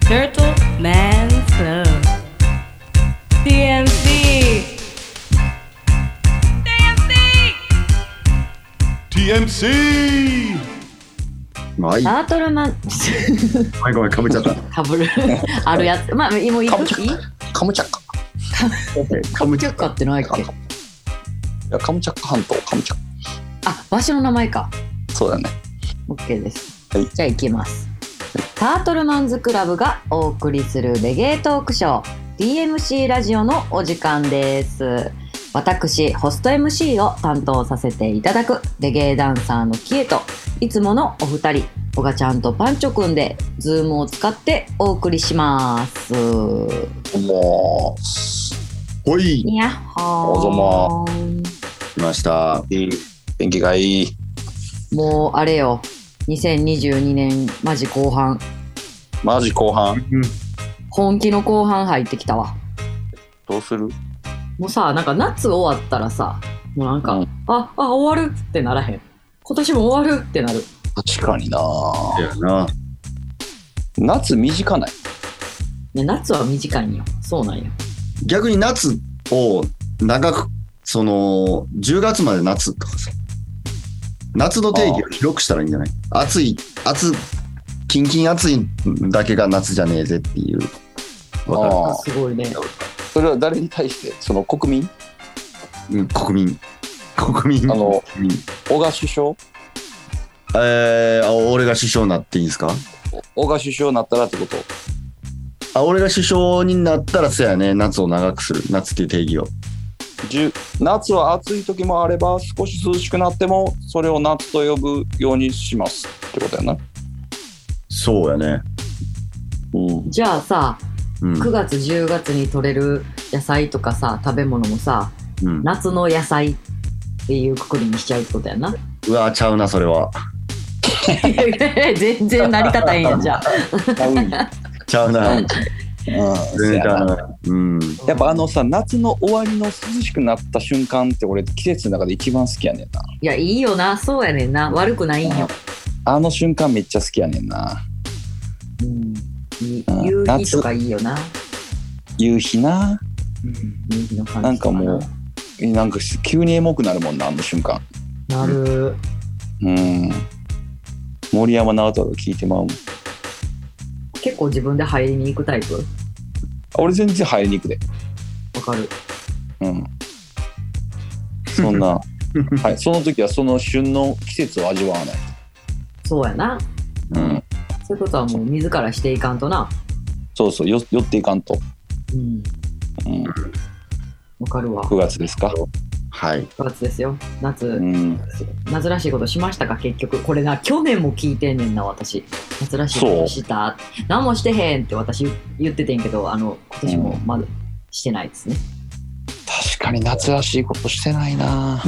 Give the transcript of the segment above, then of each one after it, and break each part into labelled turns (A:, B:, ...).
A: Turtle Man's Club. TMC!
B: TMC!
C: はい、
D: タートルマン
C: ごめんごめん、かぶっちゃった。
D: かぶる あるやつまあもういく
E: かぶっちゃった
D: いい
E: カムチャッカ。
C: オッケー
D: カムチャッカってないっけ
E: いや、カムチャッカ半島、カムチャッ
D: あ場所の名前か
E: カ。そうだね。
D: OK です、
E: はい
D: じゃあ行きますタートルマンズクラブがお送りするレゲエトークショー DMC ラジオのお時間です私ホスト MC を担当させていただくレゲエダンサーのキエといつものお二人おがちゃんとパンチョくんでズームを使ってお送りします
E: もう、
C: ほい、
D: いやっほー
C: 来ました。
E: 天気がいい。
D: もうあれよ2022年マジ後半
E: マジ後半。
D: 本気の後半入ってきたわ
E: どうする
D: もうさなんか夏終わったらさもうなんか、
E: うん
D: ああ終わるってならへん今年も終わるってなる
E: 確かにな
C: だよな。
E: 夏短ない。
D: ね夏は短いんよそうなんよ
C: 逆に夏を長く、その、10月まで夏とかさ。夏の定義を広くしたらいいんじゃない暑い、暑、キンキン暑いだけが夏じゃねえぜっていう。わか
E: ああ
D: すごいね
E: それは誰に対してその国民
C: る。うん国民。国民。
E: あの
C: 国民
E: 小賀首相
C: えー、あ俺が首相になっていいんですか
E: 小賀首相になったらってこと
C: あ、俺が首相になったらそうやね。夏を長くする。夏っていう定義を。
E: じゅ夏は暑い時もあれば少し涼しくなってもそれを夏と呼ぶようにしますってことやな、
C: そうやね。
E: うん、
D: じゃあさ
C: うん。
D: 9月10月に取れる野菜とかさ食べ物もさ
C: うん、
D: 夏の野菜っていうくくりにしちゃうってことや な
C: うわ、ちゃうな、それは。
D: 全然成り立たへんやんじゃあ
C: ちゃうな。
E: うん
C: 全然ちゃうな。うん。
E: やっぱあのさ夏の終わりの涼しくなった瞬間って俺季節の中で一番好きやねんない
D: やいいよなそうやねんな悪くないんよ
E: あの瞬間めっちゃ好きやねんな
D: うんい
E: うん
D: 夕日
E: 夏
D: とかいいよな。
E: 夕日な
D: 夕日の感じ
E: なんかもうなんか急にエモくなるもんなあの瞬間
D: なる。
E: うん森山直太朗聞いてまうもん
D: 結構自分で入りに行くタイプわ
E: 俺全然入りに行くで
D: かる。
E: うんそん なはいその時はその旬の季節を味わわない
D: そうやな。
E: うん
D: そういうことはもう自らしていかんとな。
E: そうそうよ寄っていかんと、
D: うん。
E: うん、
D: わかるわ。
E: 9月ですか
C: はい。
D: 9月ですよ。夏、
E: うん
D: 夏らしいことしましたか結局。これな、去年も聞いてんねんな、私。夏らしいことした。何もしてへんって私言っててんけど、あの、今年もまだしてないですね。
E: 確かに夏らしいことしてないな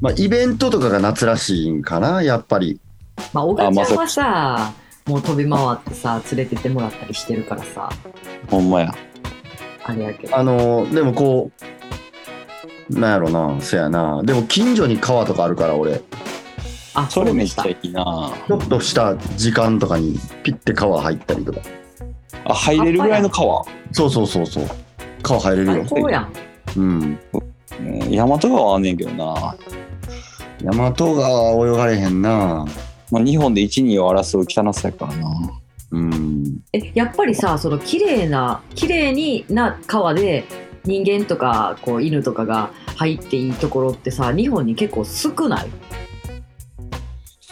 C: まあ、イベントとかが夏らしいんかな、やっぱり。
D: まあ、小川ちゃん
E: あま
D: はさ、もう飛び回ってさ、連れてってもらったりしてるからさ、
E: ほんまや
D: あれやけど。
C: あの、でもこう、なんやろな、せやな。でも近所に川とかあるから、俺。
D: あ、
E: それ
D: う
E: め
D: で
E: っ
D: し
E: ち
D: た
E: ゃいいな
C: ちょっとした時間とかにピッて川入ったりとか。
E: あ入れるぐらいの川、
C: そうそうそうそう。川入れるよ
D: 最。高やん。
C: うん。
E: うん、大和川はあんねんけどな、
C: 大和川は泳がれへんな。
E: まあ、日本で1、2を争う汚さやからな
C: うん。
D: えやっぱりさその綺麗な綺麗にな川で人間とかこう犬とかが入っていいところってさ日本に結構少ない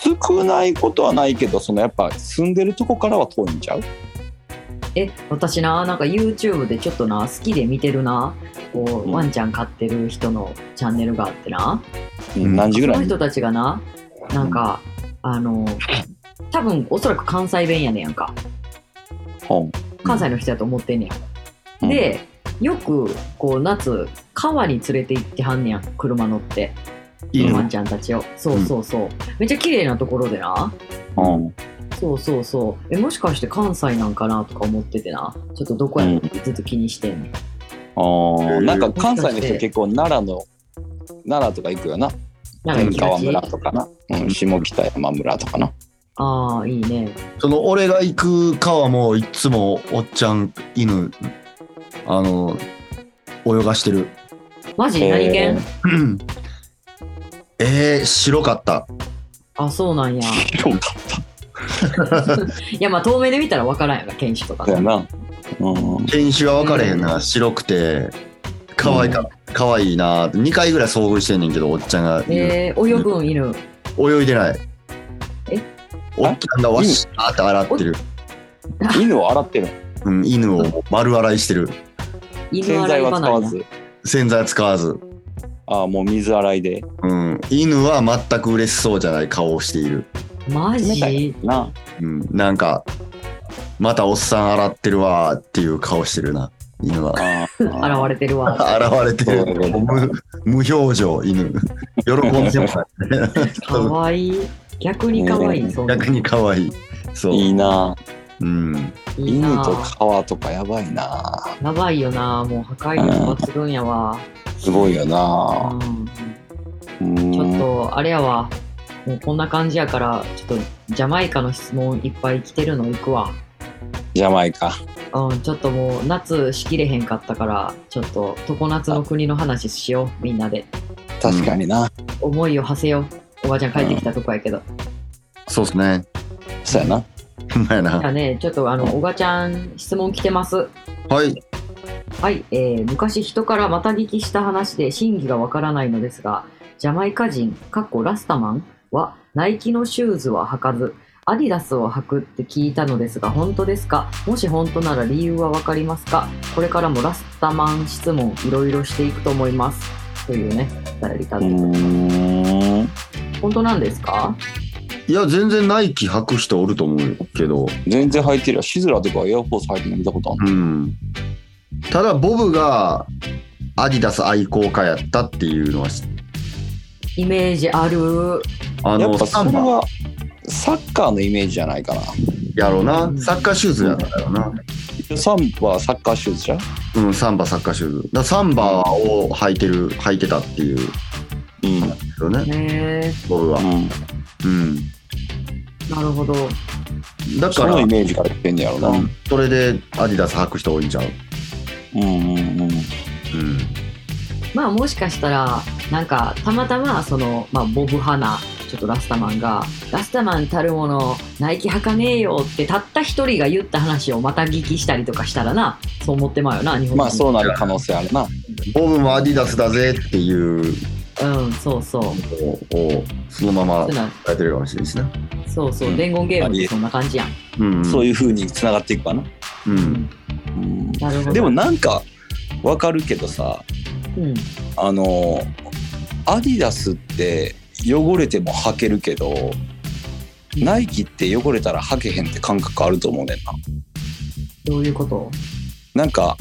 E: 少ないことはないけどそのやっぱ住んでるとこからは遠いんちゃう
D: え私ななんか YouTube でちょっとな好きで見てるなこ
E: う
D: うんワンちゃん飼ってる人のチャンネルがあってな
C: うん
E: 何時ぐ
D: そ
E: らい
D: の
E: に
D: 人たちがななんかあの多分おそらく関西弁やねやんか
E: うん
D: 関西の人やと思ってんねや。
E: うんん
D: でよくこう夏川に連れて行ってはんねやん車乗って。
C: いい
D: ワ
C: ね
D: ン。ちゃんたちをそうそうそう、めっちゃ綺麗なところでな
E: うん
D: そうそうそうえもしかして関西なんかなとか思っててなちょっとどこやろってずっと気にしてんねん、
E: あーなんか関西の
D: もしかし
E: 人
D: て
E: 結構奈良の奈良とか行くよな
D: なんか行
E: 天
D: きが
E: 川
D: ち
E: 村とかな、うん、下北山村とかな
D: ああ、いいね。
C: その俺が行くかはもういっつもおっちゃん犬あの泳がしてる
D: マジ何犬、
C: えー、白かった
D: あ、そうなんや。
E: 広か
D: いや、まあ、遠目で見たら分からんやろ、犬種とか
E: った。よな。うん。
C: 犬種は分かれへんな、
D: うん
C: 白くて可愛か、可愛いな2回ぐらい遭遇してんねんけどおっちゃんが言う
D: えー、泳ぐん犬。
C: 泳いでない
D: え
C: おっちゃんがわしーって洗ってる、
E: 犬を洗ってる。
C: うん、犬を丸洗いしてる
D: 犬
E: 洗
D: 洗
E: 剤
D: い
E: は
D: 場
E: 使
D: な
E: わ
D: んや。
E: ず。
C: 洗剤使わず、
E: ああ、もう水洗いで。
C: うん、犬は全く嬉しそうじゃない顔をしている、
D: マ
E: 冷たい
D: ジ
E: な。
C: うん、なんかまたおっさん洗ってるわーっていう顔してるな 犬は
E: あ
D: 現
E: あ。
D: れてる わ。
C: 現れてる無無表情犬 喜んでもない
D: かわいい。逆にかわいい、
E: ね
D: そう。
C: 逆に可愛いそう
E: いいな。
C: うん
D: いい
E: 犬
D: な
E: と川とかやばいな。
D: やばいよな、もう破壊力抜群やわ。
E: すごいよ
D: う
E: な。
D: ん
E: う
D: ちょっ
E: ん。
D: と、あれやわ。もうこんな感じやから、ちょっと、ジャマイカの質問いっぱい来てるのいくわ。
E: ジャマイカ。
D: うん、ちょっともう、夏しきれへんかったから、ちょっと、常夏の国の話しよう、みんなで。
E: 確かにな。
D: 思いを馳せよう。おばあちゃん帰ってきたとこやけど。
C: そうっすね
E: そうやな。
C: うまい
D: じゃあ
C: な
D: ね、ちょっとあの、おばちゃん、質問来てます。
C: はい
D: はい、えー昔人からまた聞きした話で真偽がわからないのですが、ジャマイカ人、かっこラスタマンは、ナイキのシューズは履かず、アディダスを履くって聞いたのですが、本当ですかもし本当なら理由はわかりますかこれからもラスタマン質問、いろいろしていくと思います。というね、お便りた
E: う
D: だいて
E: ーん。
D: 本当なんですか
C: いや全然ナイキ履く人おると思うけど
E: 全然履いてるよ。シズラとかエアフォース履いてるの見たことある。
C: うんただボブがアディダス愛好家やったっていうのは知
D: イメージある。
C: あ
E: や
C: の
E: っぱ
C: スタ
E: そ
C: ン
E: れ
C: バ
E: はサッカーのイメージじゃないかな。
C: やろう
D: う
C: なんサッカーシューズやったよな
E: サンバはサッカーシューズじゃん
C: うんサンバサッカーシューズだからサンバを履いてる履いてたっていう
E: うん。
C: よね
D: ね
C: ボブはうん
D: え、なるほど。
C: だか
E: そ
C: ら
E: のイメージから言ってんねやろな。う
C: うんんそれでアディダス履く人多いんちゃう
E: うんうん。
C: うん
D: まあもしかしたらなんかたまたまその、まあ、ボブ・ハナちょっとラスタマンが「ラスタマンたるものナイキ履かねえよ」ってたった一人が言った話をまた聞きしたりとかしたらなそう思ってまうよな日本人
E: まあそうなる可能性あるな。
C: ボブもアディダスだぜっていう
D: うんそうそう
C: のをそのまま
D: そう
C: 伝
D: な
C: えてるかもしれないですね
D: そうそう
E: うん
D: 伝言ゲームってそんな感じやん、
C: うん
E: そう
C: い
E: いう風に繋がっていくかな。
C: うう
E: う
C: ん
E: ん
D: なるほど
E: でもなんかわかるけどさ、
D: うん
E: あの、アディダスって汚れても履けるけど、ナイキって汚れたら履けへんって感覚あると思うねんな。
D: どういうこと
E: なんか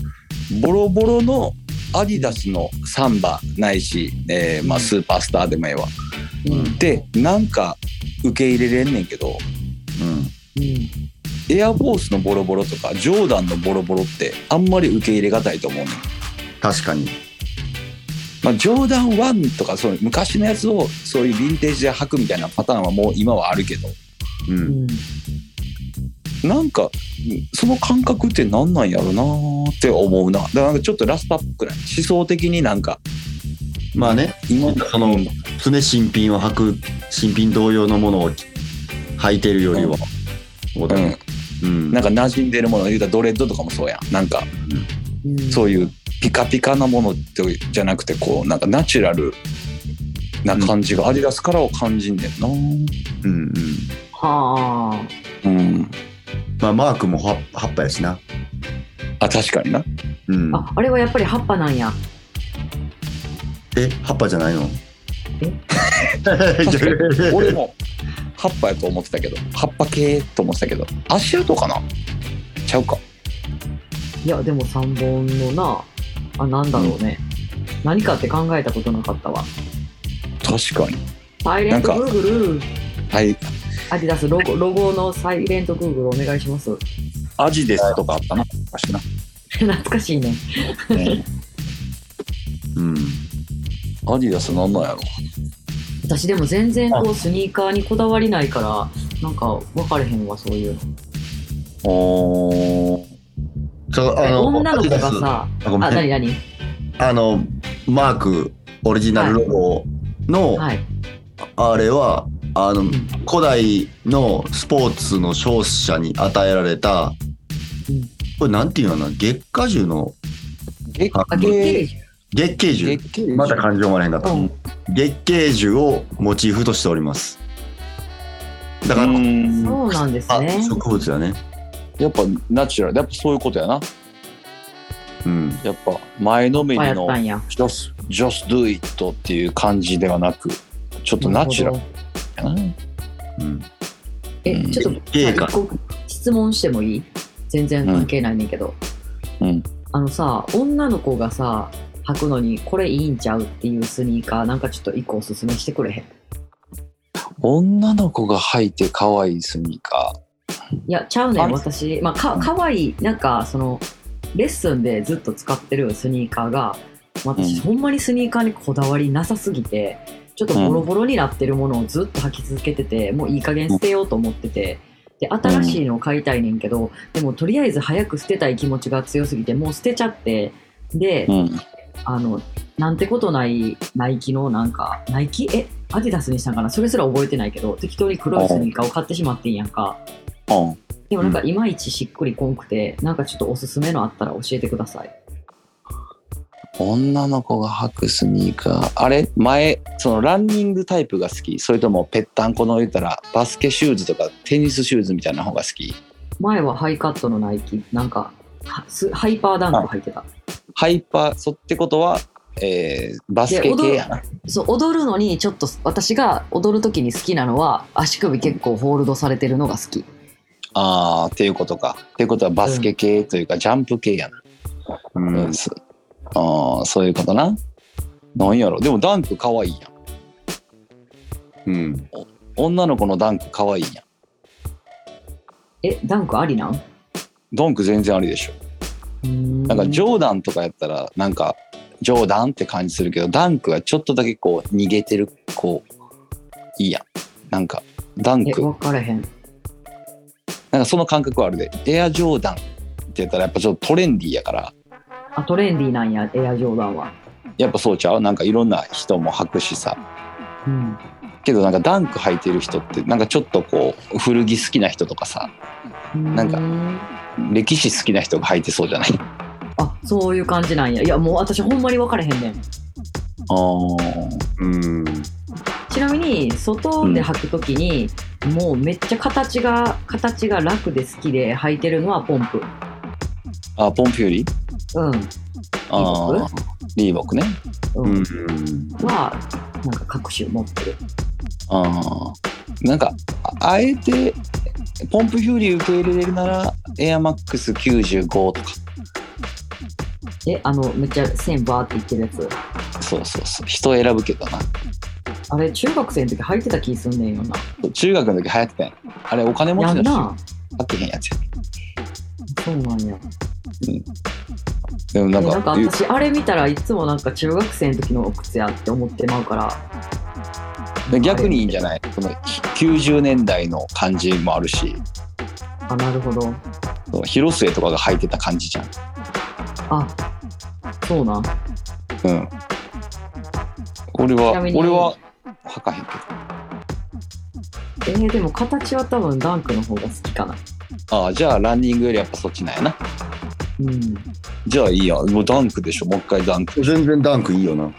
E: ボロボロのアディダスのサンバないし、えーまあ、スーパースターでもええわ。
D: うん
E: でなんか受け入れれんねんけど
D: うん
E: エアフォースのボロボロとかジョーダンのボロボロってあんまり受け入れがたいと思うねん。
C: 確かに
E: まあ、ジョーダン1とかそういう昔のやつをそういうヴィンテージで履くみたいなパターンはもう今はあるけど
C: う
D: うんん
E: なんかその感覚って何なんやろなーって思うなだからなんかちょっとラスパっぽくない思想的になんか
C: まあね
E: 今
C: その常新品を履く新品同様のものを履いてるよりは、そうだねうん
E: なんか馴染んでるもの言うたらドレッドとかもそうやんなんか
D: うん
E: そういうピカピカなものってじゃなくてこうなんかナチュラルな感じがアディダスからは感じんねんな
C: うんうん
D: はあ
E: うん
C: まあマークもは葉っぱやしな
E: あ確かにな
C: うん
D: ああれはやっぱり葉っぱなんや
C: え葉っぱじゃないの
D: え
E: 俺も葉っぱやと思ってたけど葉っぱ系と思ってたけど足跡かなちゃうか
D: いやでも3本のなあなんだろうね、何かって考えたことなかったわ
E: 確かに
D: サイレント
E: なん
D: グ
E: か
D: ーグル
E: はい
D: アディダスロゴロゴのサイレントグーグルお願いします
E: アジですとかあったな昔な、
D: 懐かしいね
E: ね
C: うん
E: アディダスなんなんやろ
D: 私でも全然こうスニーカーにこだわりないからなんか分かれへんわそういうの
E: おー
C: そうあの
D: 女の子が
C: ア
D: さ
C: ディダスあごめん
D: あ何何
C: あのマークオリジナルロゴの、
D: はい
C: あれはあの、
D: ん
C: 古代のスポーツの勝者に与えられ
D: う
C: た、
D: ん
C: これなんていうのかな月下樹の
E: 月
C: あ
E: 経
C: 月桂樹
E: 月経
C: まだ漢字読まれへんかった、
D: うん
C: 月桂樹をモチーフとしておりますだから、
E: うん
D: そうなんです
C: あ
D: ね
C: 植物だね
E: やっぱナチュラルやっぱそういうことやな
C: うん
E: やっぱ前のめ
D: あや
E: り
D: っ
E: の
D: たんや
E: just, just do it っていう感じではなくちょっとナチュラル
D: なるほど
E: やな
C: うん
D: えちょっと
C: いいか
D: 一個質問してもいい全然関係ないねんけど、
E: うん
D: あのさ女の子がさ履くのにこれいいんちゃうっていうスニーカーなんかちょっと一個おすすめしてくれへん
E: 女の子が履いて可愛いスニーカ
D: いやちゃうね
E: あ
D: ん私、まあ、かかわいいなんかそのレッスンでずっと使ってるスニーカーがまあ私、
E: うん
D: ほんまにスニーカーにこだわりなさすぎてちょっとボロボロになってるものをずっと履き続けててもういい加減捨てようと思ってて。で新しいのを買いたいねんけど、でもとりあえず早く捨てたい気持ちが強すぎてもう捨てちゃってで、
E: ー、うん、
D: あのなんてことないナイキのなんかナイキえアディダスにしたんかなそれすら覚えてないけど適当に黒いスニーカーを買ってしまってんやんか、
E: うん、
D: でもなんかいまいちしっくりこんくて、なんかちょっとおすすめのあったら教えてください。
E: 女の子が履くスニーカーあれ前そのランニングタイプが好きそれともぺったんこの言ったらバスケシューズとかテニスシューズみたいな方が好き
D: 前はハイカットのナイキ、なんか、はすハイパーダンク入ってた。
E: ハイパーそってことは、えーバスケ系やな
D: そう、踊るのにちょっと私が踊る時に好きなのは足首結構ホールドされてるのが好き。
E: あーっていうことかっていうことはバスケ系というか、ジャンプ系やな
C: うん
E: うん、そあーそういうことな。なんやろでもダンクかわいいやん。
C: うん
E: 女の子のダンクかわいいやん。
D: え、ダンクありなん
E: ダンク全然ありでしょ。なんかジョーダンとかやったらなんかジョーダンって感じするけどダンクはちょっとだけこう逃げてるこういいやん。なんかダン
D: え、
E: ク
D: 分からへん。
E: なんかその感覚はあるでエアジョーダンって言ったらやっぱちょっとトレンディーやから
D: あ、トレンディーなんや、エアジョーダンは。
E: やっぱそうちゃうなんかいろんな人も履くしさ
D: うん。
E: けどなんかダンク履いてる人ってなんかちょっとこう古着好きな人とかさなんか
D: か。
E: 歴史好きな人が履いてそうじゃない
D: あ、そういう感じなんや。いや、もう私ほんまに分からへんねん。
E: あー
C: うん
D: ちなみに外で履くときに、もうめっちゃ形が形が楽で好きで履いてるのはポンプ。
E: あポンピューリー
D: うん。
E: あーリーボックね
D: う
C: うんん
D: はなんか各種持ってる。
E: あーなんかああえてポンプフューリー受け入れれるならエアマックス95とか
D: えあのめっちゃ線バーっていってるやつ。
E: そうそうそう人選ぶけどな
D: あれ中学生の時履いてた気すんねんよな。
E: 中学の時流行ってたやんあれお金持
D: や
E: ちの
D: ん
E: 人
D: な。
E: 買ってへんやつや
D: そうなんや。
E: でもな
D: え
E: んか
D: なんか
E: 言う
D: 私あれ見たらいつもなんか中学生の時の靴やって思ってまうから。
E: 逆にいいんじゃ
D: ない
E: ないその90年代の感じもあるし
D: あ、なるほど。
E: そう広末とかが履いてた感じじゃん
D: あ、そうなん。
E: うん俺は
D: ちなみに
E: 俺は履かへんけど
D: えーでも形は多分ダンクの方が好きかな。
E: ああ、じゃあランニングよりやっぱそっちなんやな。
D: うん。
E: じゃあいいや。もうダンクでしょ。もう一回ダンク。
C: 全然ダンクいいよな、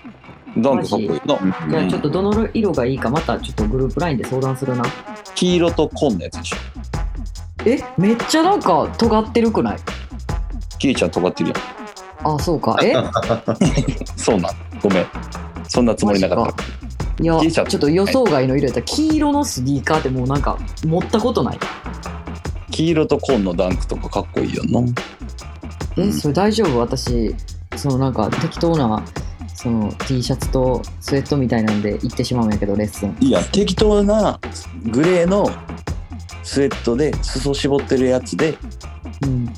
E: ダンクかっこいいな。
C: うん
D: じゃあちょっとどの色がいいかまたちょっとグループラインで相談するな。
E: 黄色と紺のやつでしょ。
D: え、めっちゃなんか尖ってるくない
E: キリちゃん尖ってるや
D: あ、そうか。え
E: ん。そうなん。ごめん。そんなつもりなか
D: マ
E: っ
D: ジ
E: た。
D: いや、
E: ギリ
D: ち
E: シ
D: ょ
E: ャ
D: っと予想外の色やった。黄色のスニーカーってもうなんか持ったことない。
E: 黄色と紺のダンクとかかっこいいよな。
C: う
D: え、
C: ん
D: それ大丈夫私、そのなんか適当な、その T シャツとスウェットみたいなんで行ってしまうんやけど、レッスン。
E: いや、適当なグレーのスウェットで裾絞ってるやつで、
D: うん。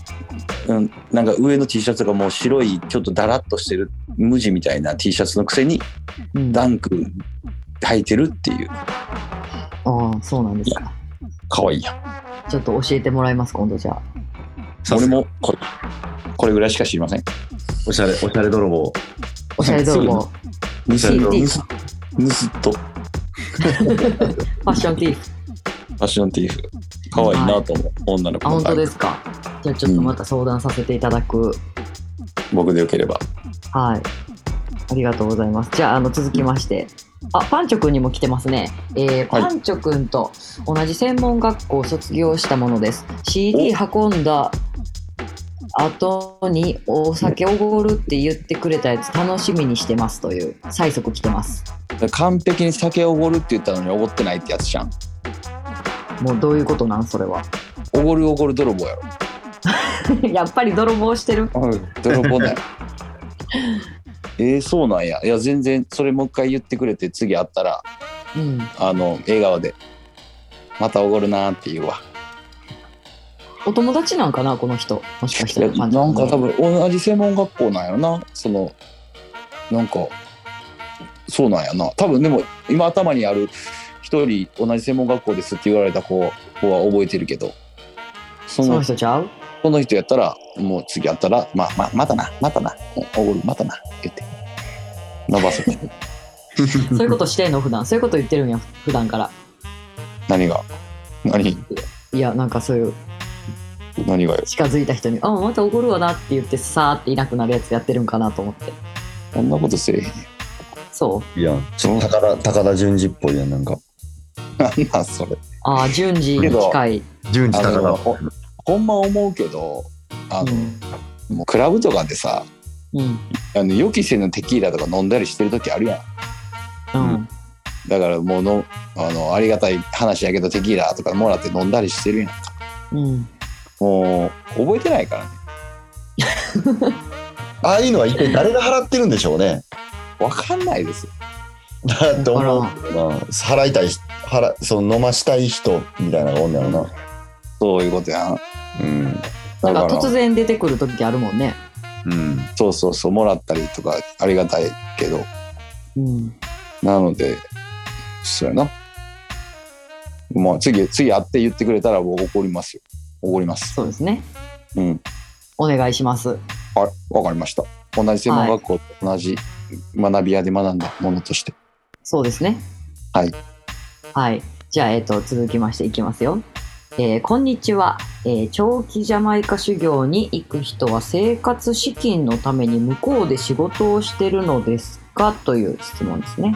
E: うん、なんか上の T シャツがもう白い、ちょっとダラッとしてる無地みたいな T シャツのくせに
D: うん、
E: ダ
D: あ
E: ンク履いてるっていう。
D: あ、そうなんですか。
E: 可愛いやん。
D: ちょっと教えてもらえます今度じゃあ
C: さ
E: 俺
C: すが
E: もこれ、これぐらいしか知りません。
C: おしゃれ、おしゃれ泥棒。
D: おしゃれ泥棒
E: す
D: フ
C: おしゃれ泥棒
D: TT
C: 盗盗っと。
D: ァッションティーフ
E: ファッションティーフ。可愛いなと思う。女の子
D: あ
E: の
D: 本当
E: タイ
D: で
E: プ
D: すかじゃあちょっとまた相談させていただく、
E: 僕でよければ。
D: はいありがとうございますじゃああの続きましてあパンチョくんにも来てますね、えー
E: はい
D: パンチョくんと同じ専門学校を卒業したものです CD 運んだ後にお酒おごるって言ってくれたやつ楽しみにしてますという催促来てます
E: 完璧に酒おごるって言ったのにおごってないってやつじゃん。
D: もうどういうことなんそれは
E: おごるおごる泥棒やろ。
D: やっぱり泥棒してる
E: 泥 棒だよ。えー、そうなんや。いや、全然、それもう一回言ってくれて、次会ったら、
D: うん
E: あの、笑顔で、またおごるなーって言うわ。
D: お友達なんかなこの人もしかし
E: い
D: た
E: や
D: らパンチ
E: な
D: ョ
E: ん
D: く
E: か
D: ね
E: 多分同じ専門学校なんやろなそのなんかそうなんやな多分でも今頭にある一人同じ専門学校ですって言われた子は覚えてるけどそ
D: その
E: の
D: 人ち ゃう
E: この人やったらもう次やったら「まあ、まあ、またなまたなおごるまたな」言って伸 ばす
D: そういうことしてんの普段そういうこと言ってるんや普段から
E: 何が何
D: いやなんかそういう
E: 何がよ
D: 近づいた人に「あまた怒るわな」って言ってさーっていなくなるやつやってるんかなと思って
E: こんなことせえへんよ
D: そう
C: いや、ちょっと高田、高田純次っぽいやん、なんか。
E: なんなんそれ
D: ああ順次に近い、
C: 純次
E: あの
C: 高
E: ほほんま思うけどあ
D: う
E: の、
D: ん
E: もうクラブとかでさ
D: うん
E: あの予期せぬテキーラとか飲んだりしてる時あるや
D: うん、
E: んだからもうのあのありがたい話やけどテキーラとかもらって飲んだりしてるやん
D: うん、
E: もう覚えてないからね
C: 田。ああいうのは一体誰が払ってるんでしょうね。
E: 分かんないですよ
C: だって思うけどな。払いたい人、払、その飲ましたい人みたいなのがおんねやろな。
E: そういうことやん
C: うん。
D: なんか
E: だか
D: 突
E: ら
D: 然出てくる時あるもんね、
C: うん。
E: そうそうそうもらったりとかありがたいけど
D: うん、
E: なのでそうやなもう次次会って言ってくれたらもう怒りますよ怒ります
D: そうですね
E: うん
D: お願いします
E: はいわかりました同じ専門学校と同じ学び屋で学んだものとして
D: そうですね
E: はい
D: はいじゃあ、えっと続きましていきますよえーこんにちは、えー長期ジャマイカ修行に行く人は生活資金のために向こうで仕事をしてるのですかという質問ですね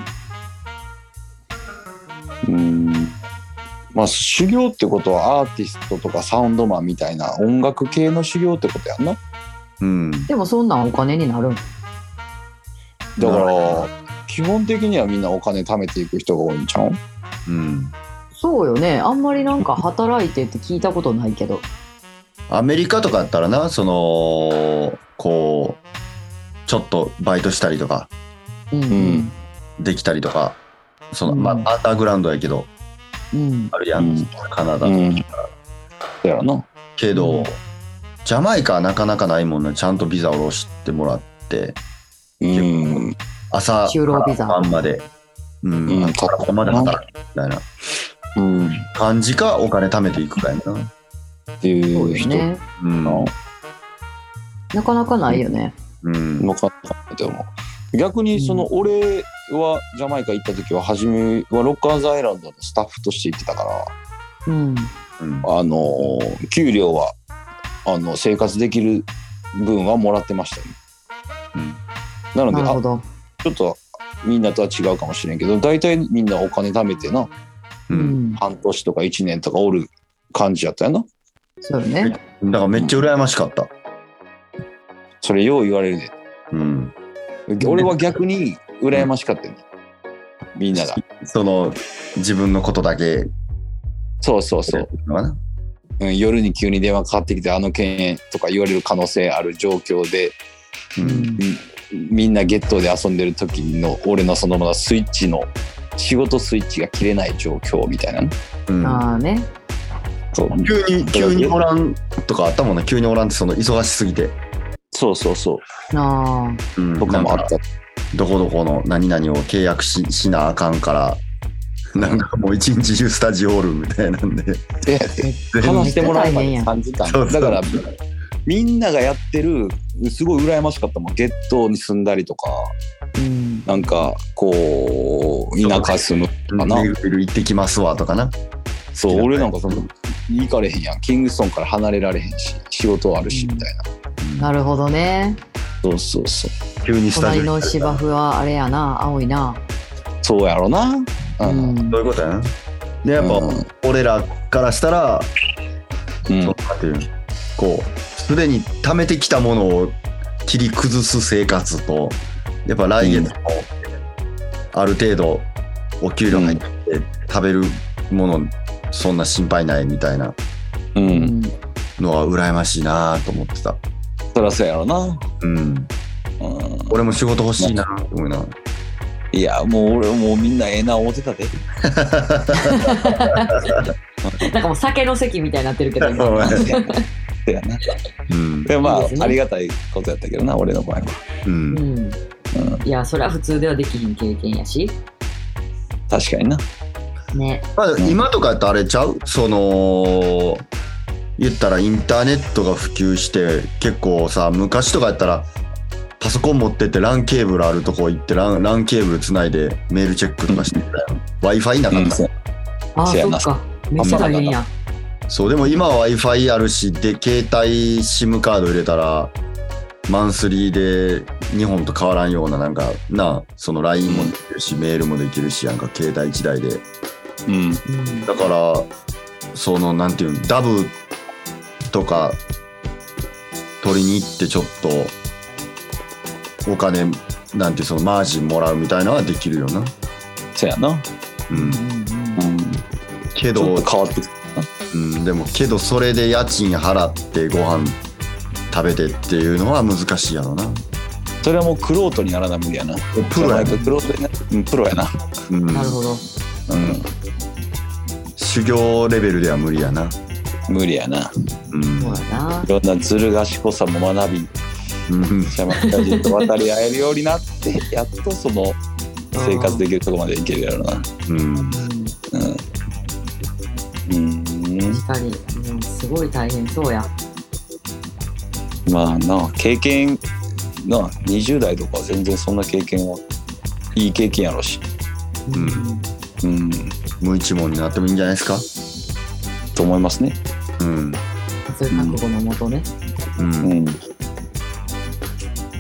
E: うーんまあ修行ってことはアーティストとかサウンドマンみたいな音楽系の修行ってことやんなだ
C: うん。
D: でもそんなんお金になるん
E: から基本的にはみんなお金貯めていく人が多いんちゃう
C: うん。
D: そうよねあんまりなんか働いてって聞いたことないけど
C: アメリカとかやったらな、その、こう、ちょっとバイトしたりとか、
D: うん
E: ん
C: できたりとか、その、まあ、
D: うん
C: アンダーグラウンドやけど、
D: うん
C: あるやん、
E: うん
C: カナダ、
E: うんそうやろな
C: けど、
D: うん
C: ジャマイカはなかなかないもんな、ちゃんとビザを下ろしてもらって、
E: うん
C: 朝
D: 就労ビザ
C: から晩まで、うん、
E: うん
C: 朝から晩まで働くみたいな
E: うん
C: 感じか、お金貯めていくかやな。
E: ってい
D: そう
E: う
D: です
E: 人
D: ね
C: うん、
E: の
D: なかなかないよね
C: うん、
E: のかなって思う逆にその俺はジャマイカ行った時は初めはロッカーズアイランドのスタッフとして行ってたから
D: うん
C: うん
E: あのー給料はあの生活できる分はもらってましたね。
C: うん
E: なの
D: な
E: で
D: る
E: あ
D: ほど
E: ちょっとみんなとは違うかもしれんけど大体みんなお金貯めてな
C: う、
D: うんん
E: 半年とか1年とかおる感じやったよな
D: そうよね
C: だからめっちゃ羨ましかった。
E: それよう言われる
C: うん、
E: で俺は逆に羨ましかったよねみんなが
C: その自分のことだけ
E: そうそうそう、
C: のかな。
E: うん、夜に急に電話かかってきてあの件とか言われる可能性ある状況で
C: う
D: うんん
E: みんなゲットーで遊んでる時の俺のそのままスイッチの仕事スイッチが切れない状況みたいなね
C: うん
D: ああね
E: そう
C: 急に急におらんとかあったもんな急におらんってその忙しすぎて、
E: そうそうそう
D: ああ
C: うん
E: とかもあ
C: な
E: っ
C: んか
E: た
C: どこどこの何々を契約ししなあかんからなんかもう一日中スタジオおるみたいなんで、
E: で話してもらうま
D: めっ
E: で
D: ちゃ
E: 3時間
C: そうそ
E: だか
C: う
E: らみんながやってるすごい羨ましかったもんゲットに住んだりとか
D: うん
E: なんかこう田舎住むとかな
C: メグル行ってきますわとかな。
E: そう俺なんかその行かれへんやんキングストンから離れられへんし仕事はあるしみたいな、
D: なるほどね
E: そうそうそう
C: 急にスタジ
D: 隣
C: オ
D: の芝生はあれやな青いな
E: そうやろなうん、
D: うん
C: どういうことやなでやっぱ、
E: うん
C: 俺らからしたら、
E: うん
C: そうなんていうのこうすでに貯めてきたものを切り崩す生活とやっぱ来月もある程度お給料入って食べるものそんな心配ないみたいな
E: う、
D: うんん
C: のは羨ましいなと思ってた、
E: そりゃそうやろな、
C: うん、
E: うん、
C: 俺も仕事欲しいなと思いながら
E: いやもう俺もうみんなええな思ってたで
D: なんかもう酒の席みたいになってるけ ど今
C: お前
E: そうやな
C: うん
E: でもま
D: いい
E: あ
D: ですね
E: ありがたいことやったけどな俺の場合は
D: う
C: う
D: んんいやそれは普通ではできひん経験やし
E: 確かにな
D: ね
C: まあ、今とかやったらあれちゃうその言ったらインターネットが普及して結構さ昔とかやったらパソコン持ってって LAN ケーブルあるとこ行って LAN, LAN ケーブルつないでメールチェックとかしてたよ w i f i なか
E: う
C: っ
E: ん
C: た、
E: そう
D: ああ
E: せや
D: そ
E: な
D: っかめっちゃ大変や
C: そうでも今は w i f i あるしで携帯 SIM カード入れたらマンスリーで日本と変わらんようななんかなあその LINE もできるし、メールもできるしなんか携帯1台で
E: うん
D: うん
C: だからそのなんていうのダブとか取りに行ってちょっとお金なんていうそのマージンもらうみたいなのはできるよな、
E: そうやな、うん、
C: うん、け
E: ちょ
C: ど
E: っと、変わってくる
C: うん、でもけどそれで家賃払ってご飯食べてっていうのは難しいやろな
E: それはもうクロートにならな無理やな
C: プロやな、
E: クロートになうんプロやな
C: うん、
D: なるほど
E: うん
C: 修行レベルでは無理やな、
E: 無理やな
C: うん
D: そうやない
E: ろんなずる賢さも学び
C: うん、
E: シャマンたちと渡り合えるようになってやっとその生活できるとこまでいけるやろな
C: うん、
D: う
E: うん
D: ん確かにうんすごい大変そうや
E: まあな経験な20代とかは全然そんな経験はいい経験やろし
C: うん
E: うん
C: 無一文になってもいいんじゃないですか
E: と思いますね
C: うん
D: そういう覚悟のもとね
C: うん
E: うん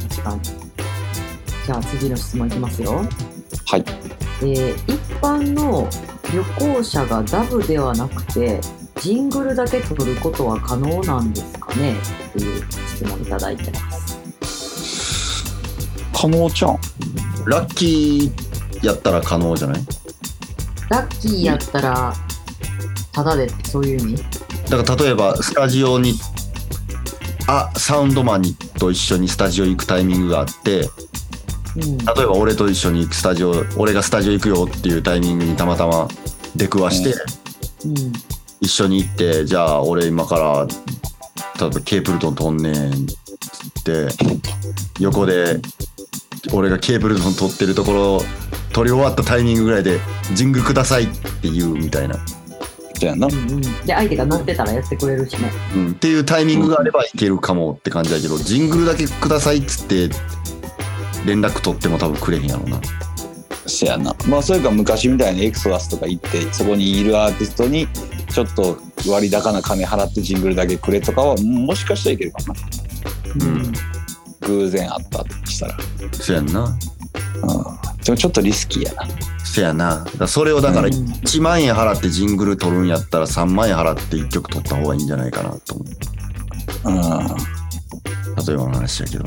D: 確かにじゃあ次の質問いきますよ
E: はい
D: えー一般の旅行者がダブではなくてジングルだけ撮ることは可能なんですかねっていう質問いただいてます。
E: 可能ちゃん
C: ラッキーやったら可能じゃない
D: ラッキーやったらただでそういう意味
C: だから例えばスタジオにあサウンドマンにと一緒にスタジオ行くタイミングがあって例
D: うん
C: えば俺と一緒に行くスタジオ俺がスタジオ行くよっていうタイミングにたまたま出くわして、
D: うん
C: 一緒に行ってじゃあ俺今から例えばケープルトン撮んねんっつって横で俺がケープルトン撮ってるところ撮り終わったタイミングぐらいで「ジングルください」って言うみたいな。
E: じゃあな
D: うんうん、で相手が乗ってたらやってくれるしね。
C: うん、っていうタイミングがあればいけるかもって感じだけど、ジングルだけくださいっつって連絡取っても多分くれへんやろうな。
E: せやなまあそれか昔みたいにエクソダスとか行ってそこにいるアーティストにちょっと割高な金払ってジングルだけくれとかはもしかしたらいけるかもな
C: うん
E: 偶然あったとしたら、
C: せやんな。
E: うん、でもちょっとリスキーやな
C: せやな。だからそれをだから
D: うん
C: 1万円払ってジングル取るんやったら3万円払って1曲取った方がいいんじゃないかなと思う。
E: うん
C: 例えばの話やけど。